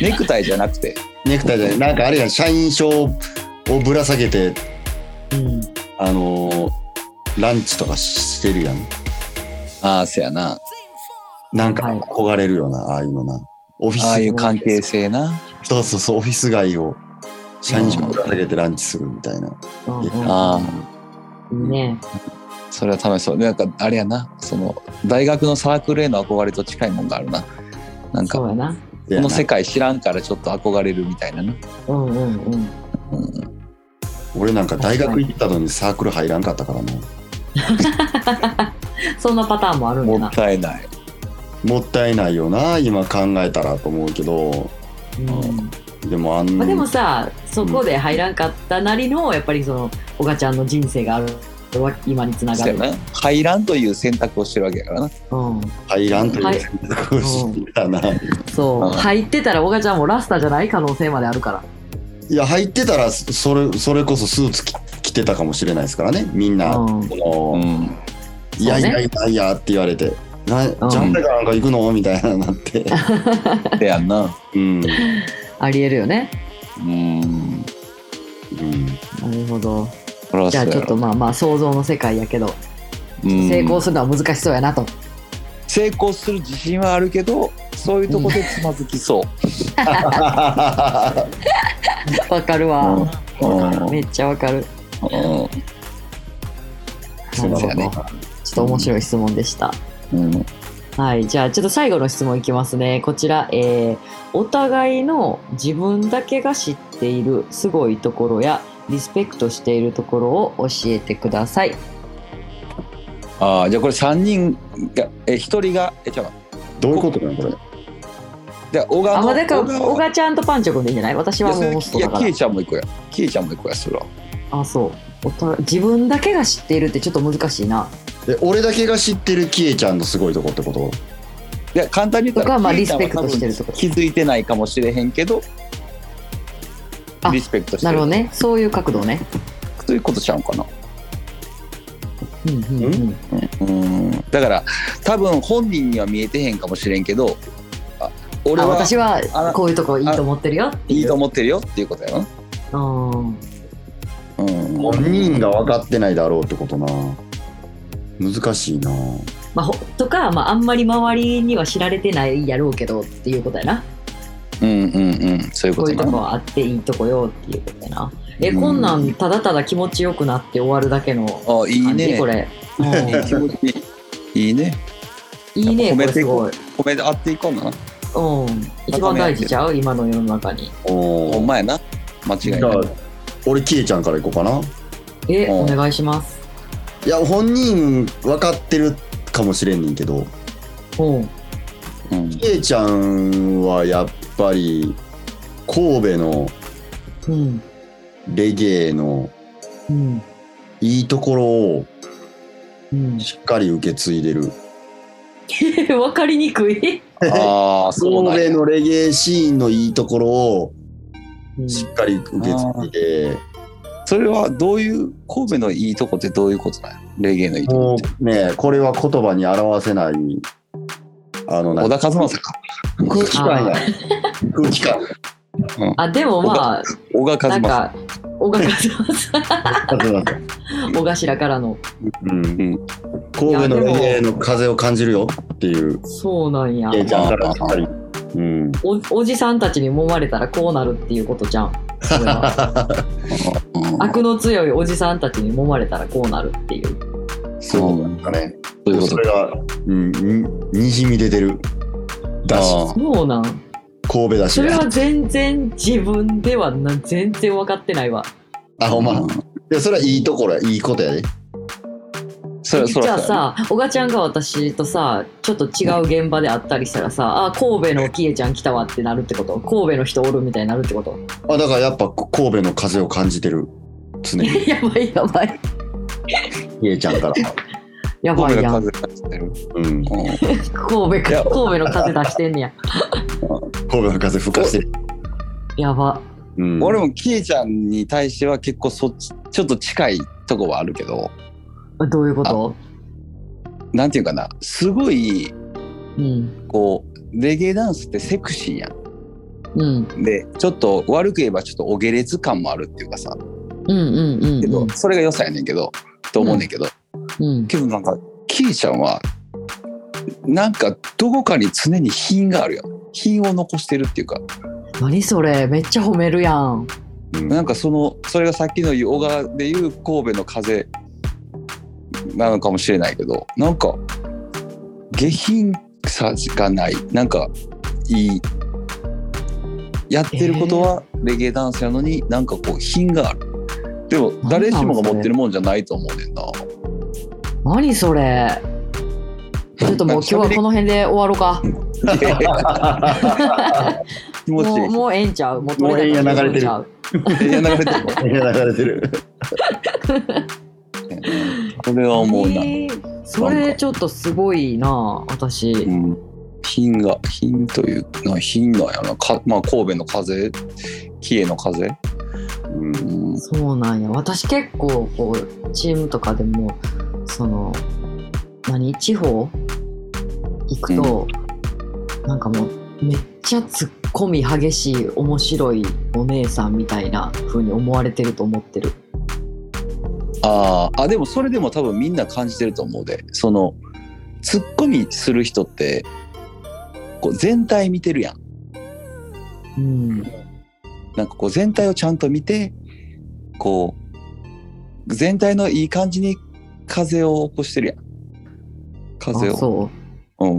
E: ネクタイじゃなくて
C: ネクタイじゃない、なんかあれやん、社員証をぶら下げて、
D: うん
C: あのー、ランチとかしてるやん。
E: ああそやな
C: なんか
D: はい
C: 憧れるよな、ああいうのな。オフィ
E: ああい
C: ス、
E: う関係性な
C: そうそうそう、オフィス街を社員証ぶら下げてランチするみたいな。
D: うん
E: あ
D: うんね
E: それは楽しそうでなんかあれやなその大学のサークルへの憧れと近いもんがあるななんか
D: そうやな
E: この世
C: せ
E: 界知らんからちょっと憧れるみたいなな
D: うんうんうん
C: 俺なんか大学行ったのにサークル入らんかったからな。
D: そんなパターンもあるんだ
E: も
D: な
E: ったいない
C: もったいないよな、今考えたらと思うけど、
D: うん
C: でもあん
D: まあ、でもさそこで入らんかったなりのやっぱりそのおがちゃんの人生があるわ今につなが
E: そうや
D: る、
E: な入らんという選択をしてるわけや からな
D: うん、
C: 入らんという選択をしてたな。
D: そう、
E: うん
D: 入ってたらおがちゃんもラスタじゃない可能性まであるから
C: いや、入ってたら、それ、それこそスーツ着着てたかもしれないですからね、みんな。
D: うん
C: この
E: ん
C: いやい
D: そう
C: や
D: ね
C: いやいやって言われて、なジャンプかなんか行くのみたいななって。
E: でやんな
C: うん。
D: ありえるよね
E: うん
C: うん
D: なるほど
E: そら
D: じ
E: そ
D: ゃあ
E: うや
D: ちょっ
E: ろ
D: とまあまあ想像の世界やけど、
E: うん
D: 成功するのは難しそうやなと
E: 成功する自信はあるけどそういうとこでつまずきそう、
D: わかるわ、
E: うん
D: めっちゃわかる
E: うんそう
D: な
E: だ
D: る
E: よ
D: ほど
E: ね
D: ちょっと面白い質問でした、
E: うん
D: はい、じゃあちょっと最後の質問いきますね。こちら、えーお互いの自分だけが知っているすごいところやリスペクトしているところを教えてください。
E: ああじゃあこれ3人がえ1人がえちゃうわ
C: どういうことなのこれ。
E: じゃあ小
D: あ、
E: 川
D: まあ、だから、
E: 小
D: 小
E: 川
D: 川ちゃんとパンチョ君でいいんじゃない私はいも
E: や
D: うホス
E: そ
D: ト
E: れい
D: だか
E: やキエ
D: ら。
E: ちゃんも行くやキエちゃんも行くやそれは
D: あ、そう。お互い自分だけが知っているってちょっと難しいな。
C: え俺だけが知ってるキエちゃんのすごいとこってこと
E: いや簡単に言った
D: 僕は
E: ら
D: まあ
E: キエちゃんは
D: リスペクトしてるとこ
E: 多分気づいてないかもしれへんけど
D: あ
E: リスペクトして
D: な
E: る
D: るほどね。そういう角度ね。
E: ということちゃうんかな
D: うんうんうん。
E: うんだから多分本人には見えてへんかもしれんけどあ俺
D: あ、
E: は
D: 私
E: あ
D: は
E: ら
D: こういうとこいいと思ってるよって
E: い
D: い。
E: いうと思ってるよっていうことやな
D: うん。
E: うん
C: 本人が分かってないだろうってことな。難しいな。
D: まあ、ほとか、まあ、あんまり周りには知られてないやろうけどっていうことやな。
E: うんうんうんそういう
D: こ
E: こ
D: う
E: と
D: いうと
E: か
D: こ
E: な
D: はあっていいとこよっていうことやな。え、
E: うん
D: こんなんただただ気持ちよくなって終わるだけの
E: あいい
D: 感じ
E: ね
D: これ。うん
E: 気持ちいいいいね
D: いいね、
E: 褒
D: こ
E: め
D: れ
E: て
D: す
E: いこ
D: ご
E: う
D: い。
E: 褒め合っていこうかな
D: うん。一番大事ちゃう今の世の中に。
C: お
E: ほん
C: お。
E: まやな間違い
C: じ
E: ない
C: ゃあ、俺キエちゃんから行こうかな。
D: え、
E: うん
D: お願いします。
C: いや、本人分かってるかもしれんねんけど、
D: うん。
E: うん
C: キエちゃんはやっぱり、神戸の
D: うん。
C: レゲエの
D: うん。
C: いいところを
D: うん。
C: しっかり受け継いでる。
D: わかりにくい。
E: ああ、そうなん
C: 神戸
E: や。
C: のレゲエシーンのいいところをしっかり受け継いで、
E: それはどういう神戸のいいとこってどういうことなんやレゲエのいいとこ
C: もうね、これは言葉に表せない、あの、な
E: 小
C: ん
E: 田
C: か
E: 和正か
C: 空気感や。空気感。
D: あ、でもまあ、
E: 小田
D: な
E: 和
D: ん
E: 正
D: か、小川さん、 小頭からの。
C: うん
E: うん
C: 神戸の家の風を感じるよっていう、
D: そうなんや。
C: A ちゃんからしたり。うん。
D: おおじさんたちに揉まれたらこうなるっていうことじゃん。それは
E: うん
D: 悪の強いおじさんたちに揉まれたらこうなるっていう。
C: そうなんだね。
E: そういうこ
C: そ
E: と
C: れが、うん、ににじみ出てる。だし、
E: あ
D: そうなん。
C: 神戸だし
D: そ。れは全然自分ではな全然分かってないわ。
C: あ、ほんま。いや、それはいいところや、いいことやで。
E: それは
D: じ
E: それ
D: ゃ
E: は
D: あさ、小賀ちゃんが私とさ、ちょっと違う現場で会ったりしたらさ、あ、神戸のキエちゃん来たわってなるってこと神戸の人おるみたいになるってこと
C: あ、だからやっぱ神戸の風を感じてる。 常に、
D: やばいやばい。
C: 家ちゃんから。
D: やば
E: 神戸
D: い
E: が
D: やん。
E: 風がしてる
C: うん。
E: うん
D: 神戸
E: い
D: か、
E: や
D: 神戸の風出してんねや。
C: 神戸の風吹かしてる。
D: やば。
C: うん、
E: 俺もキエちゃんに対しては結構そっちちょっと近いとこはあるけど
D: どういうこと
E: なんていうかなすごい
D: うん。
E: こうレゲエダンスってセクシーやん
D: うん。
E: でちょっと悪く言えばちょっとお下劣感もあるっていうかさ
D: うんうんうん
E: けど、それが良さやねんけどと思うねんけど、
D: うん。
E: けどなんかキーちゃんはなんかどこかに常に品があるよ品を残してるっていうか
D: 何それめっちゃ褒めるやん。
C: うん
E: なんかそのそれがさっきの言う小川で言う神戸の風なのかもしれないけどなんか下品さがないなんかいいやってることはレゲエダンスやのになんかこう品があるでも誰しもが持ってるもんじゃないと思うねんな
D: 何それちょっともう今日はこの辺で終わろうか。
E: 気持ち
D: も
E: いうい
D: もうええんちゃう。もう取
C: もうええん
D: れた
C: や
D: から
C: 流れてる
D: ちゃう
E: いや流れてる
C: いや流れてる。
E: これは思うな、
D: えーそれちょっとすごいな私。
E: うん、品が品というな品なんやなか、まあ、神戸の風紀伊の風、
C: うん
E: うん、
D: そうなんや。私結構こうチームとかでもその何地方行くと、なんかもうめっちゃツッコミ激しい面白いお姉さんみたいな風に思われてると思ってる。
E: あーあでもそれでも多分みんな感じてると思うでそのツッコミする人ってこう全体見てるやん
D: うん。
E: なんかこう全体をちゃんと見てこう全体のいい感じに風を起こしてるやん風
D: あ
E: を
D: そう。
E: うん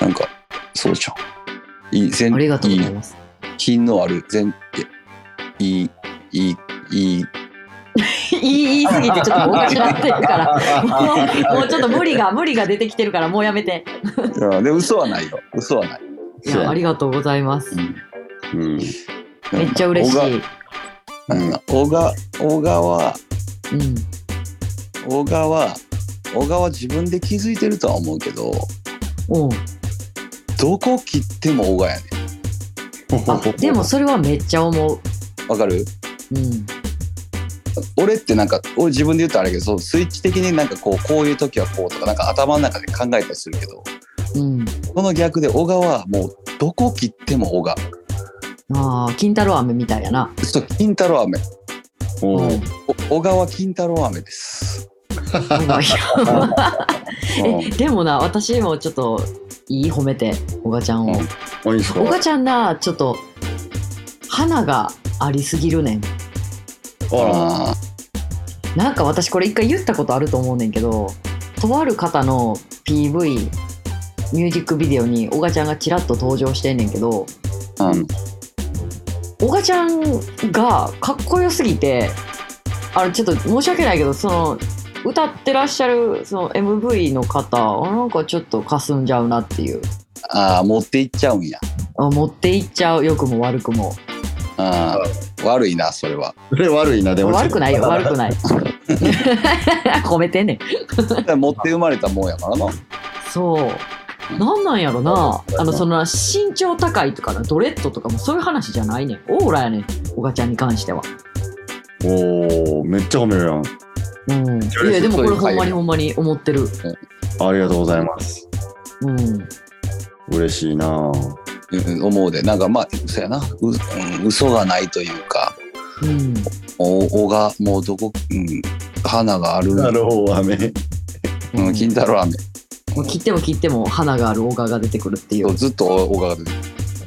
E: なんかそうじゃんいい全
D: ありがとうござい
E: い
D: ます。
E: 品のある全いいいいいい
D: 言い言いすぎてちょっとおかしなってるから、もうもうちょっと無理が無理が出てきてるからもうやめて。
E: うんで嘘はないよ嘘はない、
D: いやありがとうございます。
C: うん
D: めっちゃ嬉しい。
E: うん小川小川
D: うん。
E: 小川小川自分で気づいてるとは思うけど
D: うん。
E: どこ切っても小川やね
D: あでもそれはめっちゃ思う。
E: んわかる
D: うん。
E: 俺ってなんか俺自分で言うとあれやけどそうスイッチ的になんかこうこういう時はこうとかなんか頭の中で考えたりするけど
D: うん。
E: この逆で小川はもうどこ切っても小川
D: ああ、金太郎飴みたいやな。
E: そう金太郎飴
D: うん。
E: お小川金太郎飴です、
D: うまい
E: うん
D: え、でもな、私もちょっといい褒めて、おがちゃんを
E: う。
C: あいいですか
D: おがちゃんな、ちょっと、花がありすぎるねん。
E: あ
C: あ
D: なんか私これ一回言ったことあると思うねんけどとある方の PV ミュージックビデオに小賀ちゃんがちらっと登場してんねんけど
E: ら、うん、
D: 小賀ちゃんがかっこよすぎてあのちょっと申し訳ないけどその歌ってらっしゃるその MV の方あなんかちょっとかすんじゃうなっていう
E: ああ持っていっちゃうんや
D: あ持っていっちゃう良くも悪くも
E: あー悪いなそ れは
C: らそれ悪いなでも
D: 悪くないよ悪くない 褒めてんねん
E: だから持って生まれたもんやからな
D: そう。なんなんやろな。あの、その身長高いとかな、ドレッドとかもそういう話じゃないねん。オーラやねん、おがちゃんに関しては。
C: おー、めっちゃ褒めるやん。
D: うん、いやでもこれほんまにほんまに思ってる。
C: ありがとうございます。
D: うん。
C: 嬉しいな
E: うん、思うでなんかまあそうやなう、うん、嘘がないというか
D: うん。
E: おおがもうどこ、うん、花がある、
C: なるほど、雨。
E: うん、金太郎飴
D: もう切っても切っても花があるオガが出てくるっていう。
E: ずっとおおがが出てくる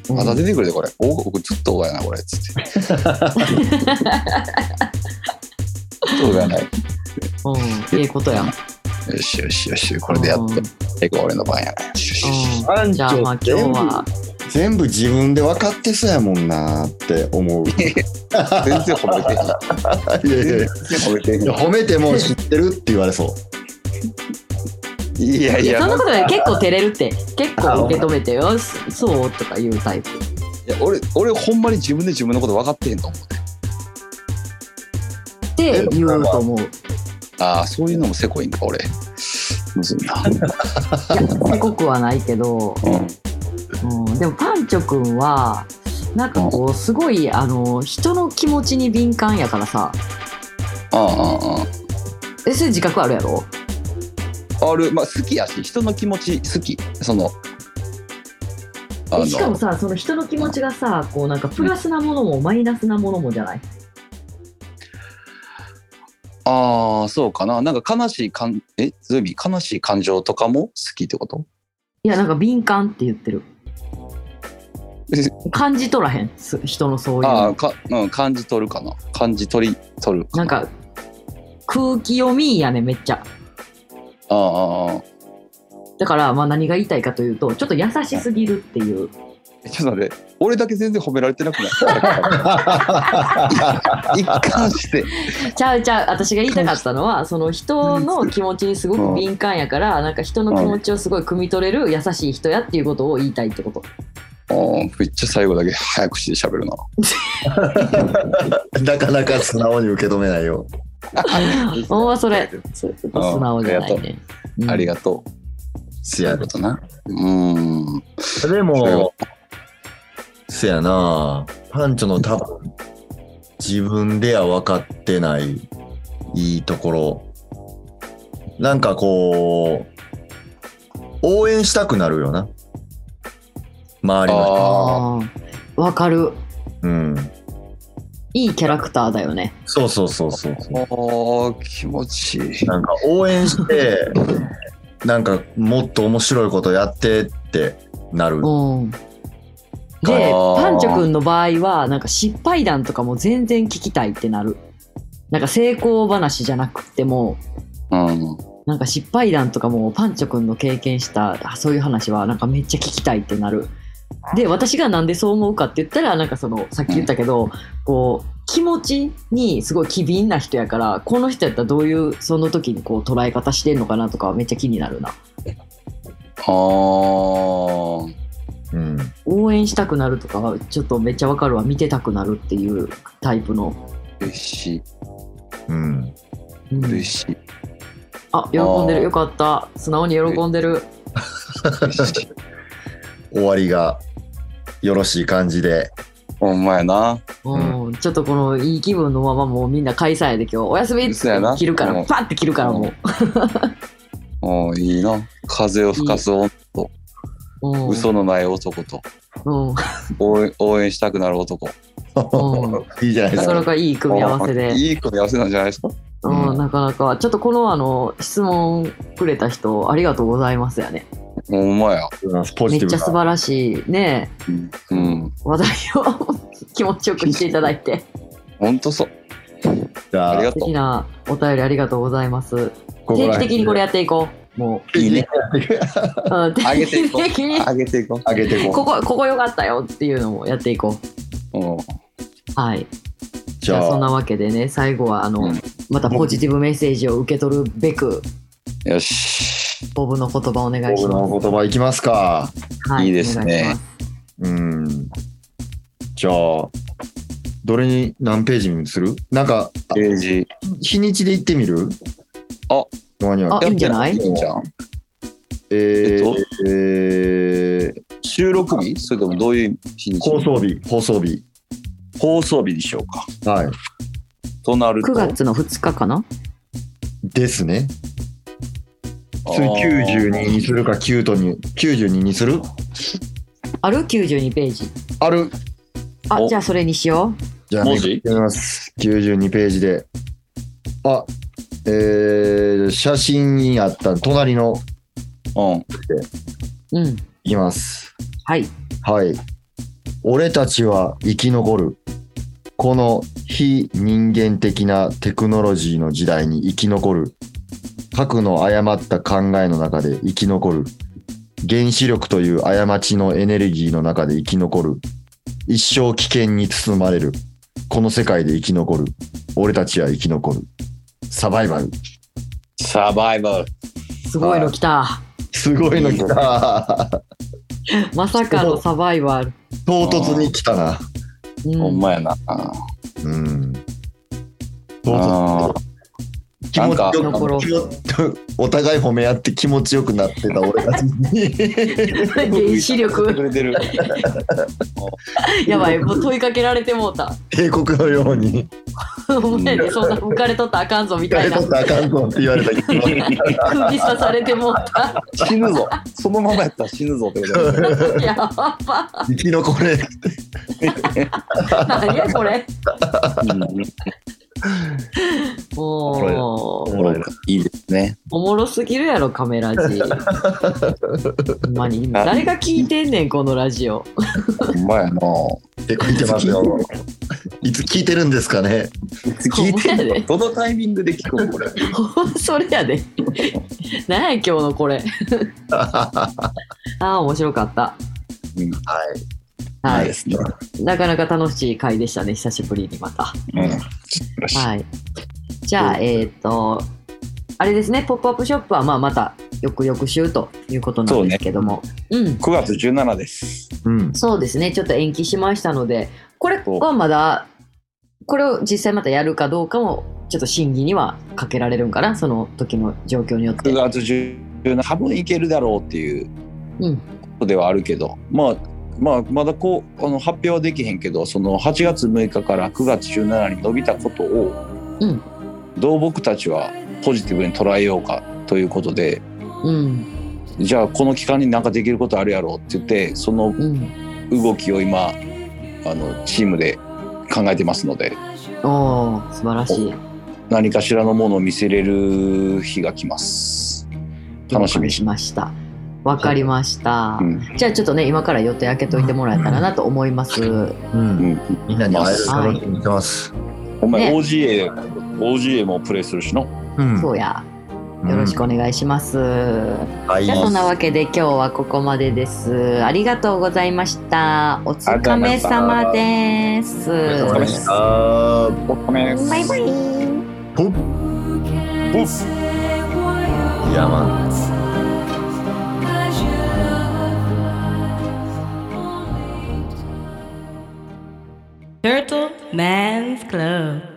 D: うん
E: また出てくるでこれおおずっとおがやなこれつってずっとおがやない
D: うん。ええことやん。
E: よしよしよしこれでやっ
D: うん
E: とえこ俺の番やなよしよしよし
D: うんじゃあまあ今日は。
C: 全部自分で分かってそうやもんなって思う。い
E: 全然褒め てへん
C: やいやいや
E: 全然褒めてへん
C: いや褒めても知ってるって言われそう。
E: いやい
D: いや
E: や
D: そんなことない結構照れるって結構受け止めて よそそうとか言うタイプ
E: いや俺俺ほんまに自分で自分のこと分かってへんと思う
D: って言うと 思う。い
E: ああそういうのもせこいんか俺む ずいな
D: やせこくはないけど、
E: うん
D: うん、でもパンチョくんはなんかこうすごいあの人の気持ちに敏感やからさ
E: あああ
D: えそれ自覚あるやろ
E: ああるまあ好きやし人の気持ち好きそのあ
D: えしかも
E: の
D: さその人の気持ちがさこうなんかプラスなものもマイナスなものもじゃない
E: ああそうかななんか悲しい感えズービー悲しい感情とかも好きってこと
D: いやなんか敏感って言ってる
E: え
D: 感じ取らへんす人のそういう
E: ああ
D: の
E: か、うん、感じ取るかな感じ取り取る
D: なんか空気読みやねめっちゃ
E: ああああ
D: だからまあ何が言いたいかというとちょっと優しすぎるっていう
E: えちょっと待って俺だけ全然褒められてな くない一貫して
D: ちゃうちゃう私が言いたかったのはその人の気持ちにすごく敏感やからなんか人の気持ちをすごい汲み取れる優しい人やっていうことを言いたいってこと
E: あーめっちゃ最後だけ早口で喋る な
C: なかなか素直に受け止めないよ。
D: おおそれそれちょっと素直じゃないね
E: あり
D: が
E: がとう
C: せ
E: そうい
C: や
E: うことなうーん
C: で
E: それは
C: も、せやなパンチョの多分、自分では分かってないいいところ。なんかこう、応援したくなるよな。周りの人。
E: あ
D: あーわかる
C: うん。
D: いいキャラクターだよね
C: そうそうそうそうそう。
E: あ気持ちいい
C: なんか応援して、なんかもっと面白いことやってってなる。
D: うんで
E: あー
D: パンチョくんの場合はなんか失敗談とかも全然聞きたいってなるなんか成功話じゃなくっても
E: うん
D: なんか失敗談とかもパンチョくんの経験したあそういう話はなんかめっちゃ聞きたいってなる。で私がなんでそう思うかって言ったらなんかそのさっき言ったけど、こう気持ちにすごい機敏な人やからこの人やったらどういうその時にこう捉え方してんのかなとかはめっちゃ気になるな
E: あー
C: うん。
D: 応援したくなるとかはちょっとめっちゃわかるわ見てたくなるっていうタイプの、
E: 嬉しい
C: うん。
D: うん
E: 嬉しい
D: あ喜んでるよかった素直に喜んでる
E: 嬉しい
C: 終わりがよろしい感じで。
E: ほんまやな
D: うん、ちょっとこのいい気分のままもうみんな開催で今日おやすみって
E: そうやな
D: 切るから
E: うん
D: パッて切るからも
E: おいいな風を吹かす女
D: う、うん、
E: 嘘のない男と
D: うん、
E: 応援応援したくなる男
D: う
C: いいじゃないで
D: な
C: す
D: か
C: か。
D: なかいい組み合わせ
E: あ
D: で
E: いい組み合わせなんじゃないですか
D: うん
C: う
D: なかなかちょっとこのあの質問くれた人ありがとうございますやね
E: ほんまや
C: ポ
D: め
C: ジ
D: っち
C: ティブ
D: ゃ素
C: な。
D: 晴らしいね
E: うん
D: 話題を 気持ちよくしていただいて
E: ほんとそう
C: じゃ
E: ありが
D: 素
E: と
D: 敵なお便りありがとうございます
C: ここ
D: 定
C: ら
D: 期的にこれ
C: 辺で
D: やっていこうも
E: ういいね
D: う、うん、定
E: 上げてい
D: 期
E: こう
D: 的に
E: 上げていこ
C: 上げていこ
D: ここここ良かったよっていうのもやっていこ
E: う、うん、
D: うはい
C: うん。
D: じ
C: じ
D: ゃあ
C: ゃ
D: そん
C: あ、
D: なわけでね最後はあの、
E: うん
D: またポジティブメッセージを受け取るべく
E: よし
D: ボブの言葉お願いし
C: 僕
D: ま
C: の
D: す。
C: 言葉いきますか。
D: はい
E: いです
D: お
E: ね
D: 願いし
C: うん。じゃあ、どれに何ページにするなんか、あ
E: ページ
C: 日にちで行ってみる
E: あ
C: 間に合う
D: あいいんじゃない
E: いいんじゃん
C: え
E: えっ
C: ー
E: と
C: えー
E: 収録日それともどういう日にち
C: 放送日、放送日。
E: 放送日にしようか
C: はい。
E: となると
D: 9月の2日かな
C: ですね。それ92にするか9とに92にする
D: ある ?92 ページ。
C: ある
D: あ、
E: お
D: じゃあそれにしよ
C: じゃあ、
E: 文字
C: めくってみます。92ページで。あ、えー、写真にあった隣の、
E: うん
D: う。うん。
C: いきます。
D: はい。
C: はい。俺たちは生き残る。この非人間的なテクノロジーの時代に生き残る。核の誤った考えの中で生き残る。原子力という過ちのエネルギーの中で生き残る。一生危険に包まれる。この世界で生き残る。俺たちは生き残る。サバイバル。
E: サバイバル
D: すごいの来た。
C: すごいの来た。
D: まさかのサバイバル。
C: 唐突に来たな。
D: うん
E: ほんまやな
C: うん。唐
E: あ
C: 突気持ちよ
D: なんか
C: く気持お互い褒め合って気持ちよくなってた俺たちに
D: 原子
E: ーく
D: 力。
E: れてる
D: やばい、もう問いかけられてもうた。
C: 帝国のように
D: お前ね、そんな浮かれとったらあかんぞみ
C: 「や
D: たい
C: れ
D: な
C: と。ったらあかんぞ」って言われたけど
D: 空気さされてもうた。
E: 死ぬぞそのままやったら死ぬぞってことだね
D: やば。
C: 生き残れ
D: 何やこれ。も
C: お
D: う、
C: もろいない
E: いですね
D: おもろすぎるやろ、カメラジ。 ほんまに。誰が聞いてんねん、このラジオ。
E: ほんまやな
C: って聞いてますよいつ聞いてるんですかね
E: 聞いて
D: ほんまやで
E: るどのタイミングで聞くのこれ
D: それやで。何や、今日の これ。ああ、面白かった。
E: うん
D: は
E: ない
D: い
E: で。すね
D: なかなか楽しい回でしたね、久しぶりにまた。
E: うんよし
D: はい。じゃあ、えっ、と、あれですね、ポップアップショップは、まあ、また、翌々週ということなんですけども。うん。
E: 9月17です
C: うん
D: そうですね、ちょっと延期しましたので、これはまだ、これを実際またやるかどうかも、ちょっと審議にはかけられるんかな、その時の状況によって
E: 9。月17多分いけるだろうっていう
D: うん。
E: ことではあるけどまあまあ、まだこうあの発表はできへんけどその8月6日から9月17に伸びたことを、
D: うん
E: どう僕たちはポジティブに捉えようかということで
D: うん。
E: じゃあこの期間になんかできることあるやろうって言ってその
D: うん。
E: 動きを今あのチームで考えてますので
D: おー、素晴らしい。
E: 何かしらのものを見せれる日が来ます。楽しみにし
D: しました。わかりました。
E: うん
D: じゃあちょっとね、今から予定開けといてもらえたらなと思います。
C: うん
E: うん、
C: みんなに会える楽しみにしてます
E: お前
D: ね
E: OGA、OGA もプレイするしの。
C: うん
D: そうや。よろしくお願いします。
C: はい
D: じゃあそんなわけで今日はここまでです。ありがとうございました。お疲れ様です。
C: お疲れ様でした
E: お疲れ様です
D: バイバイ。
C: ポッ山
F: Turtle Man's Club.